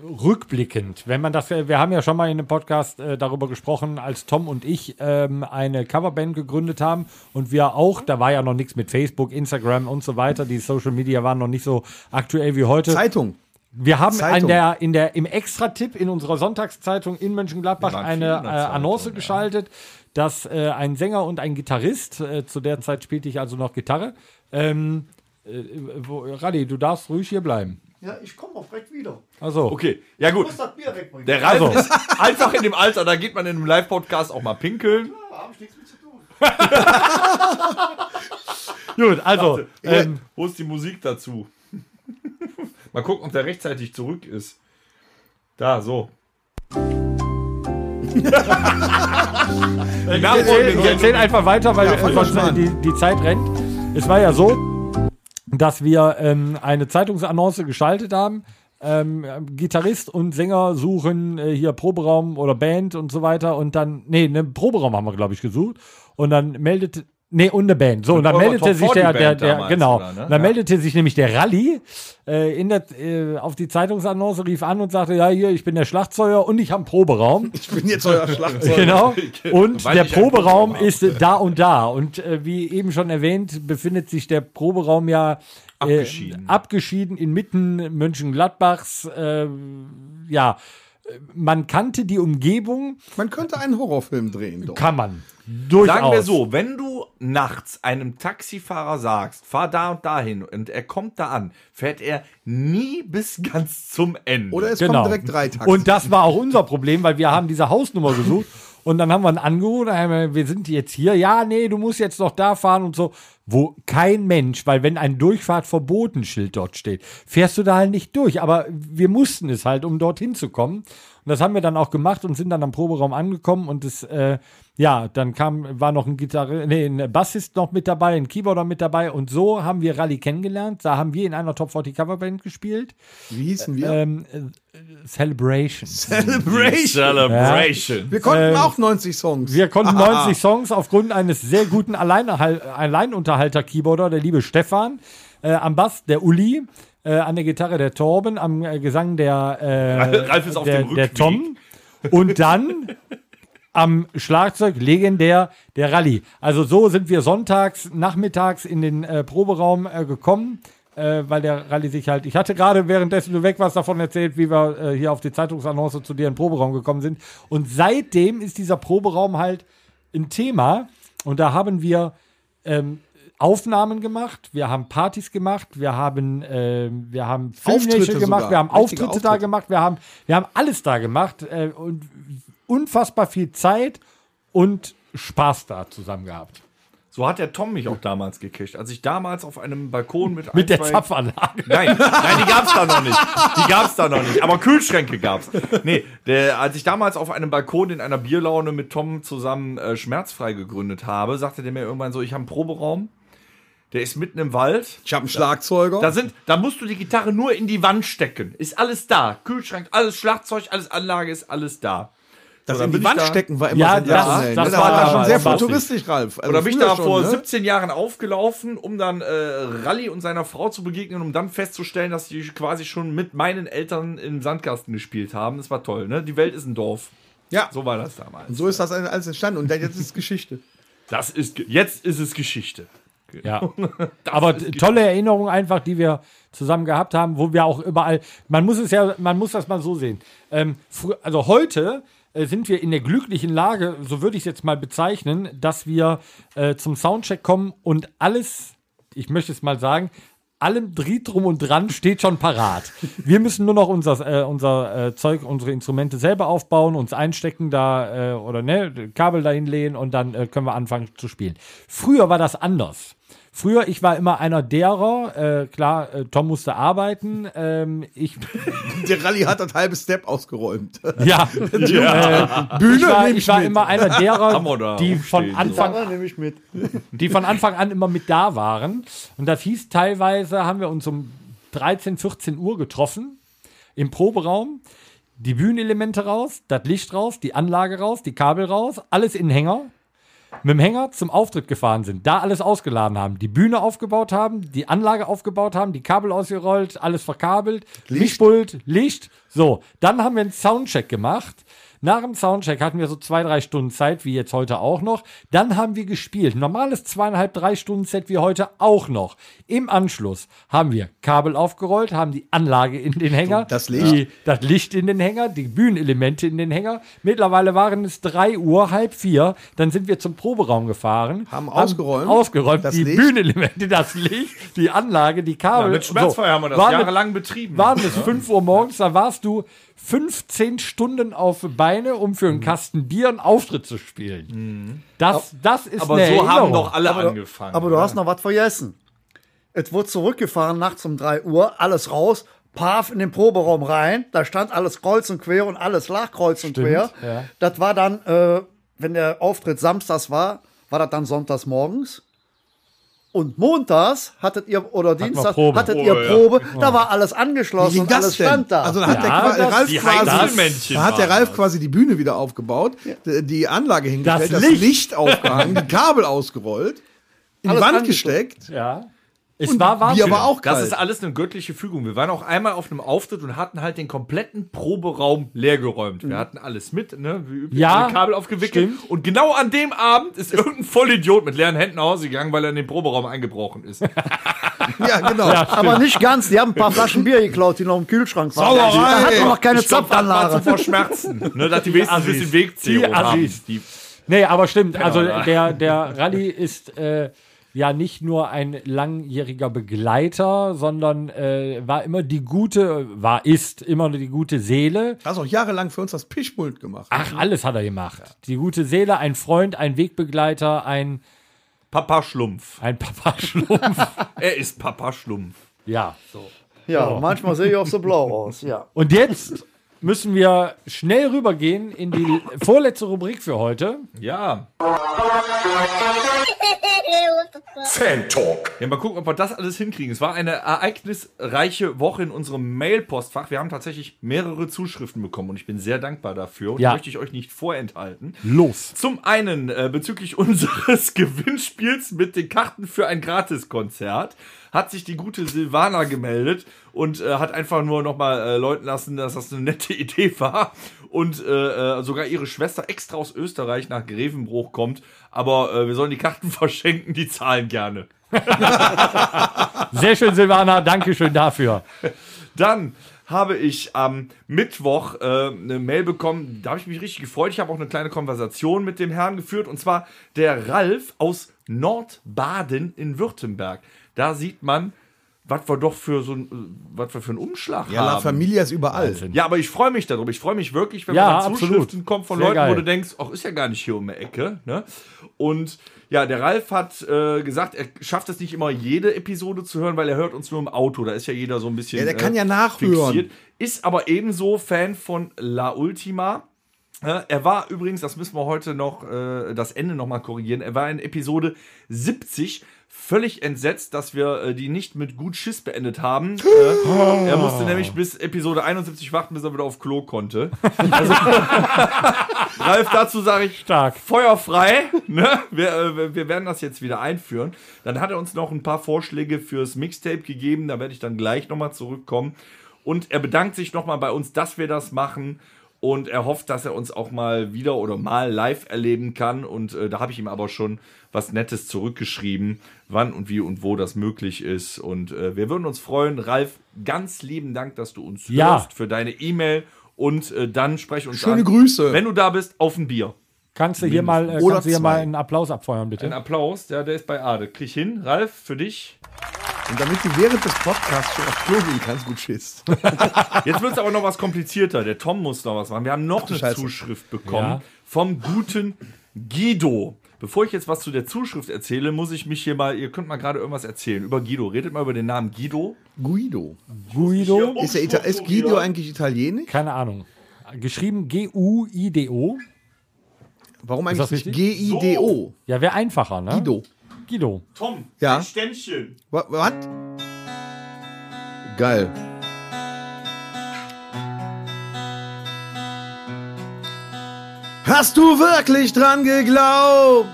Speaker 2: rückblickend, wenn man das, wir haben ja schon mal in einem Podcast äh, darüber gesprochen, als Tom und ich ähm, eine Coverband gegründet haben und wir auch, da war ja noch nichts mit Facebook, Instagram und so weiter, die Social Media waren noch nicht so aktuell wie heute.
Speaker 3: Zeitung.
Speaker 2: Wir haben
Speaker 3: Zeitung.
Speaker 2: an der, in der, im Extra-Tipp in unserer Sonntagszeitung in Mönchengladbach
Speaker 4: Wir waren
Speaker 2: eine
Speaker 4: viel
Speaker 2: äh,
Speaker 4: in der Zeitung,
Speaker 2: Annonce
Speaker 4: ja.
Speaker 2: geschaltet, dass äh, ein Sänger und ein Gitarrist, äh, zu der Zeit spielte ich also noch Gitarre, ähm, äh, wo, Radi, du darfst ruhig hier bleiben.
Speaker 5: Ja, ich komme auch direkt wieder.
Speaker 2: Also,
Speaker 4: Okay, ja
Speaker 5: Ich
Speaker 4: gut.
Speaker 5: muss das Bier wegbringen.
Speaker 4: Der Ralf ist einfach in dem Alter, da geht man in einem Live-Podcast auch mal pinkeln.
Speaker 5: Da hab ich nichts mit zu tun.
Speaker 2: gut, also, ähm,
Speaker 4: Wo ist die Musik dazu? mal gucken, ob der rechtzeitig zurück ist. Da, so. Die nachfolgende
Speaker 2: erzähl, ich erzähl
Speaker 4: Sendung-
Speaker 2: einfach weiter, weil äh,
Speaker 3: doch
Speaker 2: sonst
Speaker 3: mal an.
Speaker 2: die, die Zeit rennt. Es war ja so, dass wir ähm, eine Zeitungsannonce geschaltet haben. Ähm, Gitarrist und Sänger suchen äh, hier Proberaum oder Band und so weiter. Und dann, nee, einen Proberaum haben wir, glaube ich, gesucht. Und dann meldet, nee, und eine Band. So, und dann
Speaker 4: eurer
Speaker 2: meldete
Speaker 4: Oh, Top
Speaker 2: sich der,
Speaker 4: 40
Speaker 2: der,
Speaker 4: Band
Speaker 2: der
Speaker 4: damals,
Speaker 2: genau,
Speaker 4: oder, ne?
Speaker 2: dann
Speaker 4: Ja.
Speaker 2: meldete sich nämlich der Rally äh, in der, äh, auf die Zeitungsannonce, rief an und sagte, ja, hier, ich bin der Schlagzeuger und ich habe einen Proberaum.
Speaker 3: Ich bin jetzt euer Schlagzeug.
Speaker 2: Genau. Und
Speaker 4: Weil
Speaker 2: der
Speaker 4: ich ein
Speaker 2: Proberaum
Speaker 4: Proberaum habe.
Speaker 2: ist da und da. Und äh, wie eben schon erwähnt, befindet sich der Proberaum ja äh,
Speaker 4: Abgeschieden.
Speaker 2: abgeschieden inmitten Mönchengladbachs. Äh, ja, äh, man kannte die Umgebung,
Speaker 3: Man könnte einen Horrorfilm drehen. Doch.
Speaker 2: kann man. Durchaus.
Speaker 4: Sagen wir so, wenn du nachts einem Taxifahrer sagst, fahr da und dahin und er kommt da an, fährt er nie bis ganz zum Ende.
Speaker 3: Oder es
Speaker 2: Genau.
Speaker 3: kommen direkt drei Taxen.
Speaker 2: Und das war auch unser Problem, weil wir haben diese Hausnummer gesucht und dann haben wir einen angerufen, dann haben wir, wir sind jetzt hier, ja, nee, du musst jetzt noch da fahren und so. Wo kein Mensch, weil wenn ein Durchfahrtverbotenschild dort steht, fährst du da halt nicht durch. Aber wir mussten es halt, um dorthin zu kommen. Und das haben wir dann auch gemacht und sind dann am Proberaum angekommen und es, äh, ja, dann kam, war noch ein Gitarre, nee, ein Bassist noch mit dabei, ein Keyboarder mit dabei und so haben wir Rally kennengelernt. Da haben wir in einer Top 40 Coverband gespielt.
Speaker 3: Wie hießen wir?
Speaker 2: Ähm, äh, Celebration.
Speaker 4: Die Celebration.
Speaker 3: wir
Speaker 4: ähm,
Speaker 3: konnten auch 90 Songs.
Speaker 2: Wir konnten 90 Songs aufgrund eines sehr guten Alleinhal- Alleinunterhalter-Keyboarder, der liebe Stefan, äh, am Bass der Uli, äh, an der Gitarre der Torben, am äh, Gesang der, äh,
Speaker 4: Ralf ist auf
Speaker 2: der,
Speaker 4: dem
Speaker 2: der
Speaker 4: Rückweg.
Speaker 2: Tom und dann am Schlagzeug legendär der Rallye. Also so sind wir sonntags, nachmittags in den äh, Proberaum äh, gekommen. Äh, weil der Rallye sich halt, ich hatte gerade währenddessen du weg warst davon erzählt, wie wir äh, hier auf die Zeitungsannonce zu dir in den Proberaum gekommen sind. Und seitdem ist dieser Proberaum halt ein Thema. Und da haben wir ähm, Aufnahmen gemacht, wir haben Partys gemacht, wir haben, äh, wir haben Filmnächte
Speaker 3: Auftritte
Speaker 2: gemacht,
Speaker 3: sogar.
Speaker 2: wir haben
Speaker 3: Richtige
Speaker 2: Auftritte, da
Speaker 3: Auftritte.
Speaker 2: gemacht, wir haben, wir haben alles da gemacht äh, und unfassbar viel Zeit und Spaß da zusammen gehabt.
Speaker 4: So hat der Tom mich auch damals gekickt. Als ich damals auf einem Balkon mit
Speaker 2: Mit
Speaker 4: ein,
Speaker 2: der
Speaker 4: zwei-
Speaker 2: Zapfanlage.
Speaker 4: Nein, nein, die gab's da noch nicht. Die gab's da noch nicht. Aber Kühlschränke gab's. Nee, der, als ich damals auf einem Balkon in einer Bierlaune mit Tom zusammen äh, schmerzfrei gegründet habe, sagte der mir irgendwann so, ich habe einen Proberaum. Der ist mitten im Wald.
Speaker 3: Ich habe einen Schlagzeuger.
Speaker 4: Da sind, da musst du die Gitarre nur in die Wand stecken. Ist alles da. Kühlschrank, alles Schlagzeug, alles Anlage ist alles da.
Speaker 3: das
Speaker 4: dann
Speaker 3: in die
Speaker 4: bin
Speaker 3: Wand
Speaker 4: ich da-
Speaker 3: stecken war immer
Speaker 2: Ja, das-
Speaker 3: sensationell.
Speaker 2: das
Speaker 3: ne?
Speaker 2: war
Speaker 3: dann schon
Speaker 2: damals
Speaker 3: sehr
Speaker 2: lustig.
Speaker 3: futuristisch, Ralf. Also
Speaker 4: Oder bin ich
Speaker 3: früher
Speaker 4: da
Speaker 3: schon,
Speaker 4: vor
Speaker 3: ne?
Speaker 4: 17 Jahren aufgelaufen, um dann äh, Rally und seiner Frau zu begegnen, um dann festzustellen, dass die quasi schon mit meinen Eltern im Sandkasten gespielt haben. Das war toll, ne? Die Welt ist ein Dorf.
Speaker 3: Ja,
Speaker 4: So war das damals.
Speaker 3: so ist das alles entstanden. Und jetzt ist es Geschichte.
Speaker 4: Das ist ge- jetzt ist es Geschichte.
Speaker 2: Ja. Aber t- tolle Erinnerungen einfach, die wir zusammen gehabt haben, wo wir auch überall, man muss es ja, man muss das mal so sehen. Ähm, frü- also heute äh, sind wir in der glücklichen Lage, so würde ich es jetzt mal bezeichnen, dass wir äh, zum Soundcheck kommen und alles, ich möchte es mal sagen, allem Drieh drum und dran steht schon parat. Wir müssen nur noch unser, äh, unser äh, Zeug, unsere Instrumente selber aufbauen, uns einstecken da äh, oder ne, Kabel dahin lehnen und dann äh, können wir anfangen zu spielen. Früher war das anders. Früher, ich war immer einer derer, äh, klar, äh, Tom musste arbeiten, ähm, ich,
Speaker 3: Der Rallye hat das halbe Step ausgeräumt.
Speaker 2: ja, Äh, ich war, ich war immer einer
Speaker 4: wir da
Speaker 2: derer, die von
Speaker 4: rumstehen, so.
Speaker 2: Anfang
Speaker 5: Da nehme ich mit.
Speaker 2: die von Anfang an immer mit da waren. Und das hieß teilweise, haben wir uns um 13, 14 Uhr getroffen im Proberaum, die Bühnenelemente raus, das Licht raus, die Anlage raus, die Kabel raus, alles in den Hänger. mit dem Hänger zum Auftritt gefahren sind, da alles ausgeladen haben, die Bühne aufgebaut haben, die Anlage aufgebaut haben, die Kabel ausgerollt, alles verkabelt, Lichtpult, Licht. So, dann haben wir einen Soundcheck gemacht. Nach dem Soundcheck hatten wir so zwei, drei Stunden Zeit, wie jetzt heute auch noch. Dann haben wir gespielt. Normales zweieinhalb, drei Stunden Set wie heute auch noch. Im Anschluss haben wir Kabel aufgerollt, haben die Anlage in den Hänger,
Speaker 1: Das Licht.
Speaker 2: Die, das Licht in den Hänger, die Bühnenelemente in den Hänger. Mittlerweile waren es drei Uhr, halb vier. Dann sind wir zum Proberaum gefahren.
Speaker 1: Haben ausgeräumt.
Speaker 2: Ausgeräumt,
Speaker 1: Das
Speaker 2: die
Speaker 1: Licht.
Speaker 2: Bühnenelemente, das Licht, die Anlage, die Kabel.
Speaker 4: mit Schmerzfeuer haben wir das
Speaker 2: Waren
Speaker 4: jahrelang
Speaker 2: mit-
Speaker 4: betrieben.
Speaker 2: Waren bis 5 Uhr morgens, da warst du 15 Stunden auf Beine, um für einen
Speaker 4: Mhm.
Speaker 2: Kasten Bier einen Auftritt zu spielen. Das, das ist
Speaker 4: Aber
Speaker 2: eine
Speaker 4: so haben
Speaker 2: Erinnerung.
Speaker 4: doch alle angefangen.
Speaker 5: Aber du hast noch was vergessen. Es wurde zurückgefahren nachts um 3 Uhr, alles raus, paf in den Proberaum rein. Da stand alles kreuz und quer und alles lag kreuz und quer.
Speaker 2: ja.
Speaker 5: Das war dann, äh, wenn der Auftritt samstags war, war das dann sonntags morgens. Und montags hattet ihr, oder Dienstag
Speaker 2: Probe.
Speaker 5: hattet ihr
Speaker 1: Oh,
Speaker 4: Probe, ja.
Speaker 5: Probe, da war alles angeschlossen und alles stand da.
Speaker 1: Also da hat
Speaker 2: Ja,
Speaker 1: der, Qua-
Speaker 2: das-
Speaker 1: Ralf
Speaker 4: die
Speaker 1: quasi,
Speaker 4: Heinzelmännchen
Speaker 1: da hat der
Speaker 4: waren
Speaker 1: Ralf
Speaker 4: das.
Speaker 1: quasi die Bühne wieder aufgebaut, d- die Anlage hingestellt, das,
Speaker 2: Licht.
Speaker 1: Licht aufgehangen, die Kabel ausgerollt, in die
Speaker 5: Alles
Speaker 1: Wand
Speaker 5: angeschlossen.
Speaker 1: gesteckt.
Speaker 2: Ja. Es war Wahnsinn.
Speaker 1: Bier war auch
Speaker 4: Das
Speaker 1: kalt.
Speaker 4: ist alles eine göttliche Fügung. Wir waren auch einmal auf einem Auftritt und hatten halt den kompletten Proberaum leergeräumt. Wir hatten alles mit, ne? Wie üblich,
Speaker 2: Ja,
Speaker 4: alle Kabel aufgewickelt.
Speaker 2: stimmt.
Speaker 4: Und genau an dem Abend ist irgendein Vollidiot mit leeren Händen nach Hause gegangen, weil er in den Proberaum eingebrochen ist.
Speaker 1: ja, genau.
Speaker 5: aber nicht ganz, die haben ein paar Flaschen Bier geklaut, die noch im Kühlschrank waren.
Speaker 1: Sauerei!
Speaker 5: Da hatten wir noch keine
Speaker 4: Ich glaub, das war
Speaker 5: Zapfanlage.
Speaker 4: zu vor Schmerzen, ne? Dass die wenigstens ein
Speaker 2: Assis.
Speaker 4: bisschen Wegzehrung
Speaker 2: Die
Speaker 4: haben.
Speaker 2: Assis.
Speaker 4: Die
Speaker 2: Nee, aber stimmt. Also
Speaker 4: oder?
Speaker 2: der, der Rallye ist äh, ja nicht nur ein langjähriger Begleiter, sondern äh, war immer die gute, war, ist immer die gute Seele.
Speaker 1: Du hast auch jahrelang für uns das Pischpult gemacht.
Speaker 2: Ach, alles hat er gemacht. Die gute Seele, ein Freund, ein Wegbegleiter, ein,
Speaker 4: Papa Schlumpf.
Speaker 2: ein Papaschlumpf.
Speaker 4: Er ist Papa Schlumpf.
Speaker 2: ja.
Speaker 5: Ja, manchmal sehe ich auch so blau aus, ja.
Speaker 2: Und jetzt müssen wir schnell rübergehen in die vorletzte Rubrik für heute.
Speaker 4: Ja.
Speaker 7: Fan-Talk.
Speaker 4: Ja, mal gucken, ob wir das alles hinkriegen. Es war eine ereignisreiche Woche in unserem Mail-Postfach. Wir haben tatsächlich mehrere Zuschriften bekommen und ich bin sehr dankbar dafür. Und
Speaker 2: Ja.
Speaker 4: die möchte ich euch nicht vorenthalten.
Speaker 2: Los.
Speaker 4: Zum einen äh, bezüglich unseres Gewinnspiels mit den Karten für ein Gratiskonzert hat sich die gute Silvana gemeldet und äh, hat einfach nur nochmal äh, läuten lassen, dass das eine nette Idee war und äh, äh, sogar ihre Schwester extra aus Österreich nach Grevenbruch kommt. Aber äh, wir sollen die Karten verschenken, die zahlen gerne.
Speaker 2: Sehr schön, Silvana. Dankeschön dafür.
Speaker 4: Dann habe ich am Mittwoch äh, eine Mail bekommen, da habe ich mich richtig gefreut. Ich habe auch eine kleine Konversation mit dem Herrn geführt und zwar der Ralf aus Nordbaden in Württemberg. Da sieht man, was wir doch für so ein, äh, was wir für einen Umschlag
Speaker 1: ja, La
Speaker 4: haben.
Speaker 1: Familia ist überall.
Speaker 4: Ja, aber ich freue mich darüber. Ich freue mich wirklich, wenn
Speaker 2: Ja,
Speaker 4: man dann
Speaker 2: absolut.
Speaker 4: Zuschriften kommt von
Speaker 2: Sehr
Speaker 4: Leuten,
Speaker 2: geil.
Speaker 4: wo du denkst, ach, ist ja gar nicht hier um die Ecke. Ne? Und ja, der Ralf hat äh, gesagt, er schafft es nicht immer, jede Episode zu hören, weil er hört uns nur im Auto. Da ist ja jeder so ein bisschen. äh,
Speaker 1: Ja, der kann ja nachhören.
Speaker 4: Ist aber ebenso Fan von La Ultima. Ja, Er war übrigens, das müssen wir heute noch, äh, das Ende nochmal korrigieren, er war in Episode 70 völlig entsetzt, dass wir äh, die nicht mit gut Schiss beendet haben. Äh, er musste nämlich bis Episode 71 warten, bis er wieder auf Klo konnte. Also, Ralf, dazu sage ich
Speaker 2: Stark.
Speaker 4: feuerfrei. Ne? Wir, äh, wir werden das jetzt wieder einführen. Dann hat er uns noch ein paar Vorschläge fürs Mixtape gegeben. Da werde ich dann gleich nochmal zurückkommen. Und er bedankt sich nochmal bei uns, dass wir das machen. Und er hofft, dass er uns auch mal wieder oder mal live erleben kann. Und äh, da habe ich ihm aber schon was Nettes zurückgeschrieben, wann und wie und wo das möglich ist. Und äh, wir würden uns freuen. Ralf, ganz lieben Dank, dass du uns
Speaker 2: Ja.
Speaker 4: hörst für deine E-Mail. Und äh, dann sprech uns
Speaker 1: Schöne
Speaker 4: an.
Speaker 1: Grüße.
Speaker 4: Wenn du da bist, auf ein Bier.
Speaker 2: Kannst du hier mal, äh,
Speaker 1: Oder
Speaker 2: kannst du hier
Speaker 1: zwei.
Speaker 2: mal einen Applaus abfeuern,
Speaker 4: Ein
Speaker 2: bitte?
Speaker 4: Applaus, ja, der ist bei Ade. Krieg hin. Ralf, für dich.
Speaker 1: Und damit du während des Podcasts schon auf Klo gehen kannst, gut schießt.
Speaker 4: Jetzt wird es aber noch was komplizierter. Der Tom muss noch was machen. Wir haben noch eine
Speaker 1: Scheiße.
Speaker 4: Zuschrift bekommen
Speaker 2: Ja.
Speaker 4: vom guten Guido. Bevor ich jetzt was zu der Zuschrift erzähle, muss ich mich hier mal, ihr könnt mal gerade irgendwas erzählen über Guido. Redet mal über den Namen Guido.
Speaker 1: Guido.
Speaker 2: Guido?
Speaker 1: Ist, der Ita ist Guido eigentlich Italienisch?
Speaker 2: Keine Ahnung. Geschrieben G-U-I-D-O.
Speaker 1: Warum
Speaker 2: Ist das
Speaker 1: eigentlich nicht
Speaker 2: richtig?
Speaker 1: G-I-D-O?
Speaker 2: Ja, wäre einfacher, ne?
Speaker 1: Guido.
Speaker 2: Guido.
Speaker 4: Tom,
Speaker 1: Ja. ein
Speaker 4: Ständchen.
Speaker 1: Wa- Was? Geil.
Speaker 3: Hast du wirklich dran geglaubt,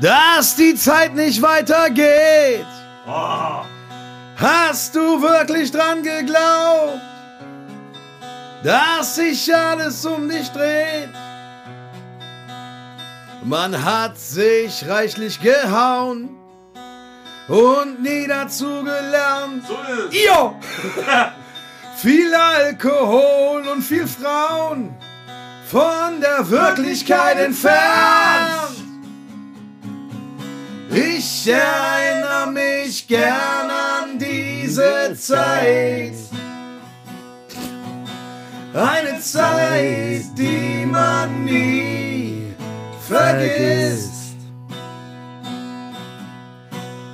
Speaker 3: dass die Zeit nicht weitergeht? Hast du wirklich dran geglaubt, dass sich alles um dich dreht? Man hat sich reichlich gehauen und nie dazu gelernt. Jo! viel Alkohol und viel Frauen von der Wirklichkeit entfernt. Ich erinnere mich gern an diese Zeit. Eine Zeit, die man nie vergisst.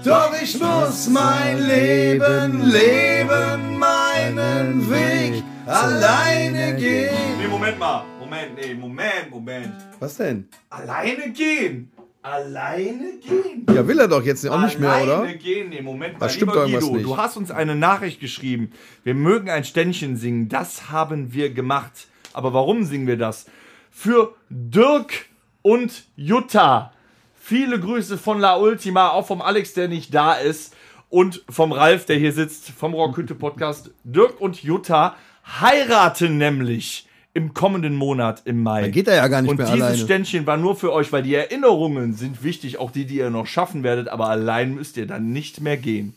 Speaker 3: Doch ich muss mein Leben leben, meinen Weg alleine gehen.
Speaker 4: Nee, Moment mal. Moment, nee, Moment, Moment.
Speaker 3: Was denn?
Speaker 4: Alleine gehen. Alleine gehen.
Speaker 3: Ja, will er doch jetzt auch nicht mehr,
Speaker 4: Alleine
Speaker 3: oder?
Speaker 4: gehen. Nee, Moment
Speaker 3: Da
Speaker 4: mal.
Speaker 3: stimmt
Speaker 4: Lieber
Speaker 3: irgendwas
Speaker 4: Guido,
Speaker 3: nicht.
Speaker 4: du hast uns eine Nachricht geschrieben. Wir mögen ein Ständchen singen. Das haben wir gemacht. Aber warum singen wir das? Für Dirk und Jutta. Viele Grüße von La Ultima, auch vom Alex, der nicht da ist. Und vom Ralf, der hier sitzt, vom Rockhütte Podcast. Dirk und Jutta heiraten nämlich im kommenden Monat im Mai.
Speaker 3: Dann geht er ja gar nicht
Speaker 4: Und
Speaker 3: mehr
Speaker 4: dieses
Speaker 3: alleine.
Speaker 4: Ständchen war nur für euch, weil die Erinnerungen sind wichtig, auch die, die ihr noch schaffen werdet, aber allein müsst ihr dann nicht mehr gehen.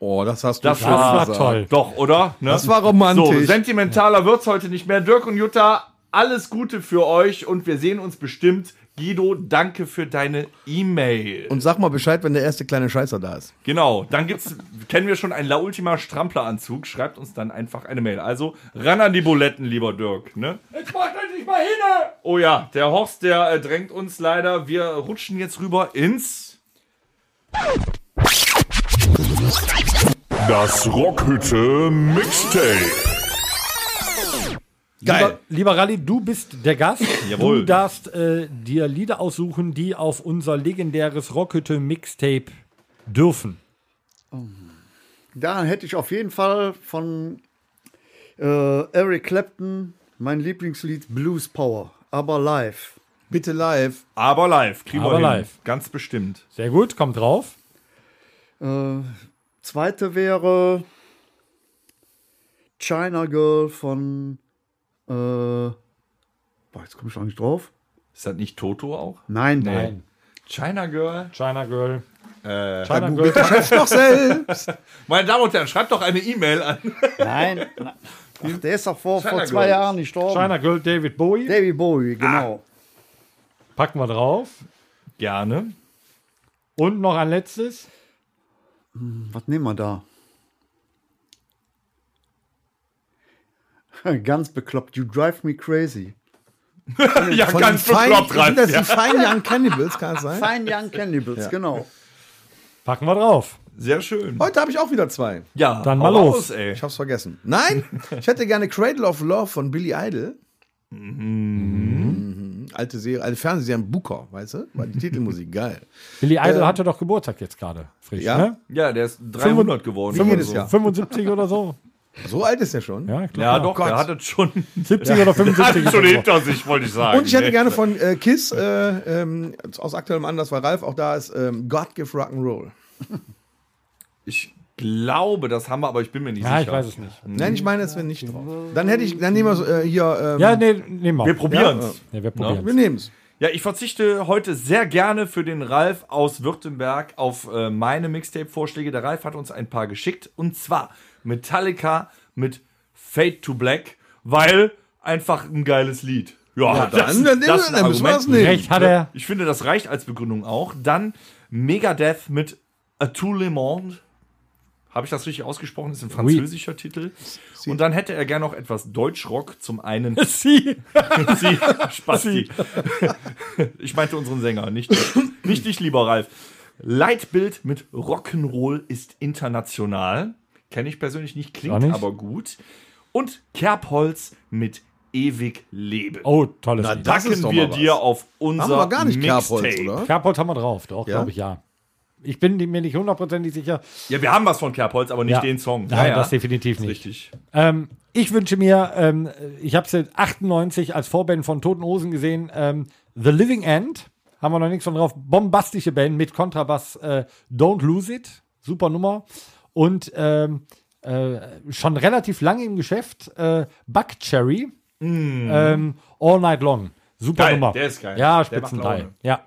Speaker 3: Oh, das hast du
Speaker 4: Das
Speaker 3: schön
Speaker 4: war-
Speaker 3: gesagt.
Speaker 2: toll.
Speaker 4: Doch, oder? Ne?
Speaker 3: Das war romantisch.
Speaker 4: So, sentimentaler wird's heute nicht mehr. Dirk und Jutta, alles Gute für euch und wir sehen uns bestimmt. Guido, danke für deine E-Mail.
Speaker 3: Und sag mal Bescheid, wenn der erste kleine Scheißer da ist.
Speaker 4: Genau, dann gibt's, kennen wir schon einen La Ultima Strampler-Anzug. Schreibt uns dann einfach eine Mail. Also, ran an die Buletten, lieber Dirk. Ne?
Speaker 2: Jetzt macht endlich mal hin!
Speaker 4: Oh ja, der Horst, der äh, drängt uns leider. Wir rutschen jetzt rüber ins...
Speaker 7: Das Rockhütte Mixtape.
Speaker 2: Lieber, lieber Rally, du bist der Gast.
Speaker 4: Jawohl.
Speaker 2: Du darfst äh, dir Lieder aussuchen, die auf unser legendäres Rockhütte-Mixtape dürfen.
Speaker 5: Da hätte ich auf jeden Fall von äh, Eric Clapton mein Lieblingslied Blues Power, aber live.
Speaker 3: Bitte live.
Speaker 4: Aber live, kriegen
Speaker 2: Aber
Speaker 4: wir hin.
Speaker 2: live.
Speaker 4: Ganz bestimmt.
Speaker 2: Sehr gut, kommt drauf.
Speaker 5: Äh, zweite wäre China Girl von. Äh, boah, jetzt komme ich auch nicht drauf.
Speaker 4: Ist das nicht Toto auch?
Speaker 5: Nein,
Speaker 2: Nein.
Speaker 4: China Girl.
Speaker 2: China Girl.
Speaker 4: Äh,
Speaker 2: China Girl.
Speaker 3: Doch selbst.
Speaker 4: meine Damen und Herren, schreibt doch eine E-Mail an.
Speaker 5: nein. nein. Ach, der ist doch vor,
Speaker 4: China
Speaker 5: vor zwei
Speaker 4: Girl.
Speaker 5: Jahren gestorben.
Speaker 2: China Girl David Bowie.
Speaker 5: David Bowie, genau.
Speaker 2: Packen wir drauf.
Speaker 4: Gerne.
Speaker 2: Und noch ein letztes.
Speaker 5: Was nehmen wir da? Ganz bekloppt. You drive me crazy.
Speaker 4: Ja,
Speaker 3: Von
Speaker 4: ganz
Speaker 3: den feinen-
Speaker 4: bekloppt
Speaker 3: Sind das
Speaker 4: rein.
Speaker 3: die feinen Young Cannibals, kann das sein?
Speaker 5: Fine Young Cannibals, genau.
Speaker 2: Packen wir drauf.
Speaker 4: Sehr schön.
Speaker 3: Heute habe ich auch wieder zwei.
Speaker 4: Ja,
Speaker 2: Dann
Speaker 4: hau
Speaker 2: mal los.
Speaker 4: raus, ey.
Speaker 3: Ich hab's vergessen. Nein, ich hätte gerne Cradle of Love von Billy Idol. Mhm. Alte Serie, alte Fernsehserie Booker, weißt du? War die Titelmusik geil.
Speaker 2: Billy Idol hatte doch Geburtstag jetzt gerade. Frisch,
Speaker 3: ja.
Speaker 2: ne?
Speaker 4: Äh. Ja, der ist 300 geworden.
Speaker 3: Wie
Speaker 4: oder
Speaker 3: jedes
Speaker 4: so.
Speaker 3: Jahr.
Speaker 2: 75 oder so.
Speaker 3: So alt ist er schon.
Speaker 2: Ja, ich glaub,
Speaker 4: Ja, doch,
Speaker 2: Gott.
Speaker 4: der hat es schon,
Speaker 2: 70 oder 75.
Speaker 4: schon
Speaker 2: oder so.
Speaker 4: hinter sich, wollte ich sagen. ne?
Speaker 3: Und ich hätte
Speaker 4: Nee.
Speaker 3: gerne von äh, Kiss, äh, ähm, aus aktuellem Anlass, weil Ralf auch da ist, ähm, God Give Rock'n'Roll.
Speaker 4: ich glaube, das haben wir, aber ich bin mir nicht
Speaker 2: Ja, ich
Speaker 4: sicher.
Speaker 2: weiß es nicht.
Speaker 3: Nein, ich meine, es wäre nicht drauf. Dann hätte ich, dann nehmen wir äh, hier. Ähm,
Speaker 2: Ja, nee, nehmen wir.
Speaker 4: Wir probieren
Speaker 3: äh,
Speaker 4: es.
Speaker 2: Ja, wir probieren
Speaker 3: Wir nehmen es.
Speaker 4: Ja, ich verzichte heute sehr gerne für den Ralf aus Württemberg auf äh, meine Mixtape-Vorschläge. Der Ralf hat uns ein paar geschickt und zwar Metallica mit Fade to Black, weil einfach ein geiles Lied. Ja,
Speaker 3: dann- dann- dann müssen wir das
Speaker 4: nicht.
Speaker 2: Recht hat er.
Speaker 4: Ich finde, das reicht als Begründung auch. Dann Megadeth mit A Tout Le Monde. Habe ich das richtig ausgesprochen? Ist ein französischer Titel. Und dann hätte er gerne noch etwas Deutschrock. Zum einen
Speaker 2: Sie.
Speaker 4: Sie, Spasti. Ich meinte unseren Sänger, nicht, nicht dich, lieber Ralf. Leitbild mit Rock'n'Roll ist international. Kenne ich persönlich nicht, klingt
Speaker 2: Gar nicht.
Speaker 4: aber gut. Und Kerbholz mit ewig Leben.
Speaker 2: Oh, tolles Lied.
Speaker 3: das
Speaker 4: Packen wir dir auf
Speaker 3: Haben wir
Speaker 4: unser
Speaker 3: gar nicht Kerbholz,
Speaker 4: Mixtape.
Speaker 3: oder?
Speaker 2: Carport haben wir drauf, doch, glaube ich, ja. Ich bin mir nicht hundertprozentig sicher.
Speaker 4: Ja, wir haben was von Kerbholz, aber nicht
Speaker 2: Ja.
Speaker 4: den Song.
Speaker 2: Nein, das definitiv
Speaker 4: Ist
Speaker 2: nicht.
Speaker 4: Richtig.
Speaker 2: Ähm, ich wünsche mir, ähm, ich habe es 98 als Vorband von Toten Hosen gesehen, ähm, The Living End, haben wir noch nichts von drauf, bombastische Band mit Kontrabass, äh, Don't Lose It, super Nummer und ähm, äh, schon relativ lange im Geschäft, äh, Buckcherry, ähm, All Night Long, super
Speaker 4: Mm. Geil,
Speaker 2: Nummer.
Speaker 4: der ist geil.
Speaker 2: Ja,
Speaker 4: Der macht
Speaker 2: Spitzenteil.
Speaker 4: Laune.
Speaker 2: Ja.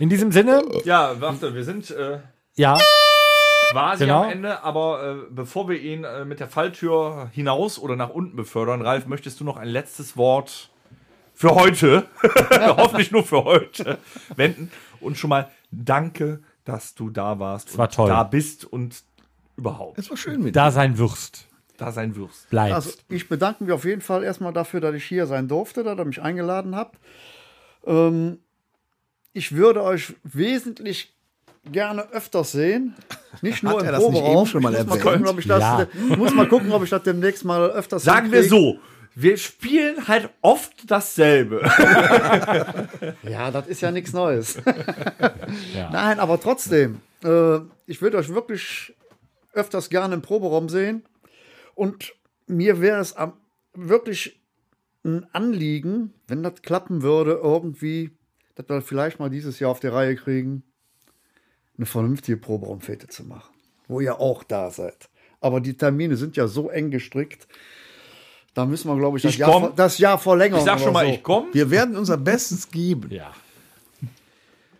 Speaker 2: In diesem Sinne,
Speaker 4: Ja, warte, wir sind äh,
Speaker 2: ja,
Speaker 4: quasi
Speaker 2: Genau.
Speaker 4: am Ende, aber äh, bevor wir ihn äh, mit der Falltür hinaus oder nach unten befördern, Ralf, möchtest du noch ein letztes Wort für heute, hoffentlich nur für heute, wenden und schon mal danke, dass du da warst
Speaker 2: war
Speaker 4: und
Speaker 2: toll.
Speaker 4: da bist und überhaupt
Speaker 3: Das war schön mit.
Speaker 2: da sein Würst
Speaker 4: da sein wirst.
Speaker 2: bleibt.
Speaker 5: Also ich bedanke mich auf jeden Fall erstmal dafür, dass ich hier sein durfte, dass ihr mich eingeladen habt. Ähm, ich würde euch wesentlich gerne öfters sehen. Nicht nur
Speaker 1: Hat
Speaker 5: im
Speaker 1: er das nicht
Speaker 5: Proberaum.
Speaker 1: eben schon mal
Speaker 5: ich muss mal,
Speaker 1: erwähnt?
Speaker 5: gucken, ob ich das,
Speaker 2: Ja.
Speaker 5: muss mal gucken, ob ich das demnächst mal öfters
Speaker 4: Sagen wir
Speaker 5: hinkriege.
Speaker 4: so, wir spielen halt oft dasselbe.
Speaker 5: Ja, das ist ja nichts Neues. Nein, aber trotzdem, äh, ich würde euch wirklich öfters gerne im Proberaum sehen. Und mir wäre es am, wirklich ein Anliegen, wenn das klappen würde, irgendwie, dass wir vielleicht mal dieses Jahr auf die Reihe kriegen, eine vernünftige Proberaumfete zu machen, wo ihr auch da seid. Aber die Termine sind ja so eng gestrickt. Da müssen wir, glaube ich, das,
Speaker 4: Ich
Speaker 5: Jahr,
Speaker 4: komm.
Speaker 5: ver- das Jahr verlängern.
Speaker 4: Ich sag schon
Speaker 5: oder
Speaker 4: mal,
Speaker 5: so.
Speaker 4: ich komme.
Speaker 1: Wir werden unser Bestes geben.
Speaker 2: Ja.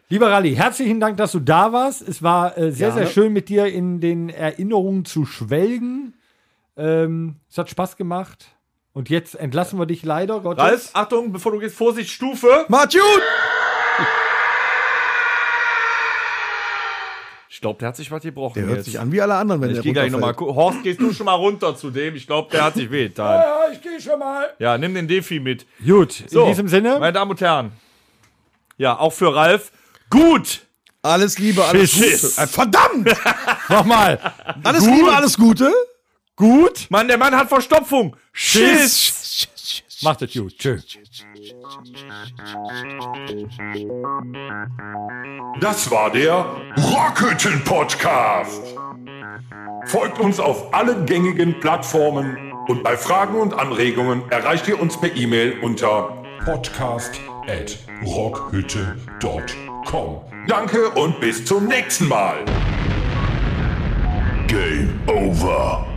Speaker 2: Lieber Rally, herzlichen Dank, dass du da warst. Es war äh, sehr, sehr schön, mit dir in den Erinnerungen zu schwelgen. Ähm, es hat Spaß gemacht. Und jetzt entlassen wir dich leider, Gottes.
Speaker 4: Ralf, Achtung, bevor du gehst, Vorsicht, Stufe.
Speaker 1: Macht's gut!
Speaker 4: Ich glaube, der hat sich was gebrochen.
Speaker 1: Der hört
Speaker 4: jetzt.
Speaker 1: sich an wie alle anderen, wenn
Speaker 4: Ich
Speaker 1: der
Speaker 4: gehe gleich nochmal.
Speaker 1: runterfällt.
Speaker 4: gu- Horst, gehst du schon mal runter zu dem? Ich glaube, der hat sich wehgetan.
Speaker 2: Ja, ich gehe schon mal.
Speaker 4: Ja, nimm den Defi mit.
Speaker 2: Gut,
Speaker 4: So,
Speaker 2: in diesem Sinne,
Speaker 4: Meine Damen und Herren. Ja, auch für Ralf. Gut!
Speaker 1: Alles Liebe, alles
Speaker 4: Schiss.
Speaker 1: Gute. Äh, Verdammt!
Speaker 2: nochmal.
Speaker 1: Alles Liebe, alles Gute.
Speaker 2: Gut.
Speaker 4: Mann, der Mann hat Verstopfung. Schiss.
Speaker 2: Macht es gut. Tschüss.
Speaker 7: Das war der Rockhütten Podcast. Folgt uns auf allen gängigen Plattformen und bei Fragen und Anregungen erreicht ihr uns per E-Mail unter podcast@rockhütte.com. Danke und bis zum nächsten Mal. Game over.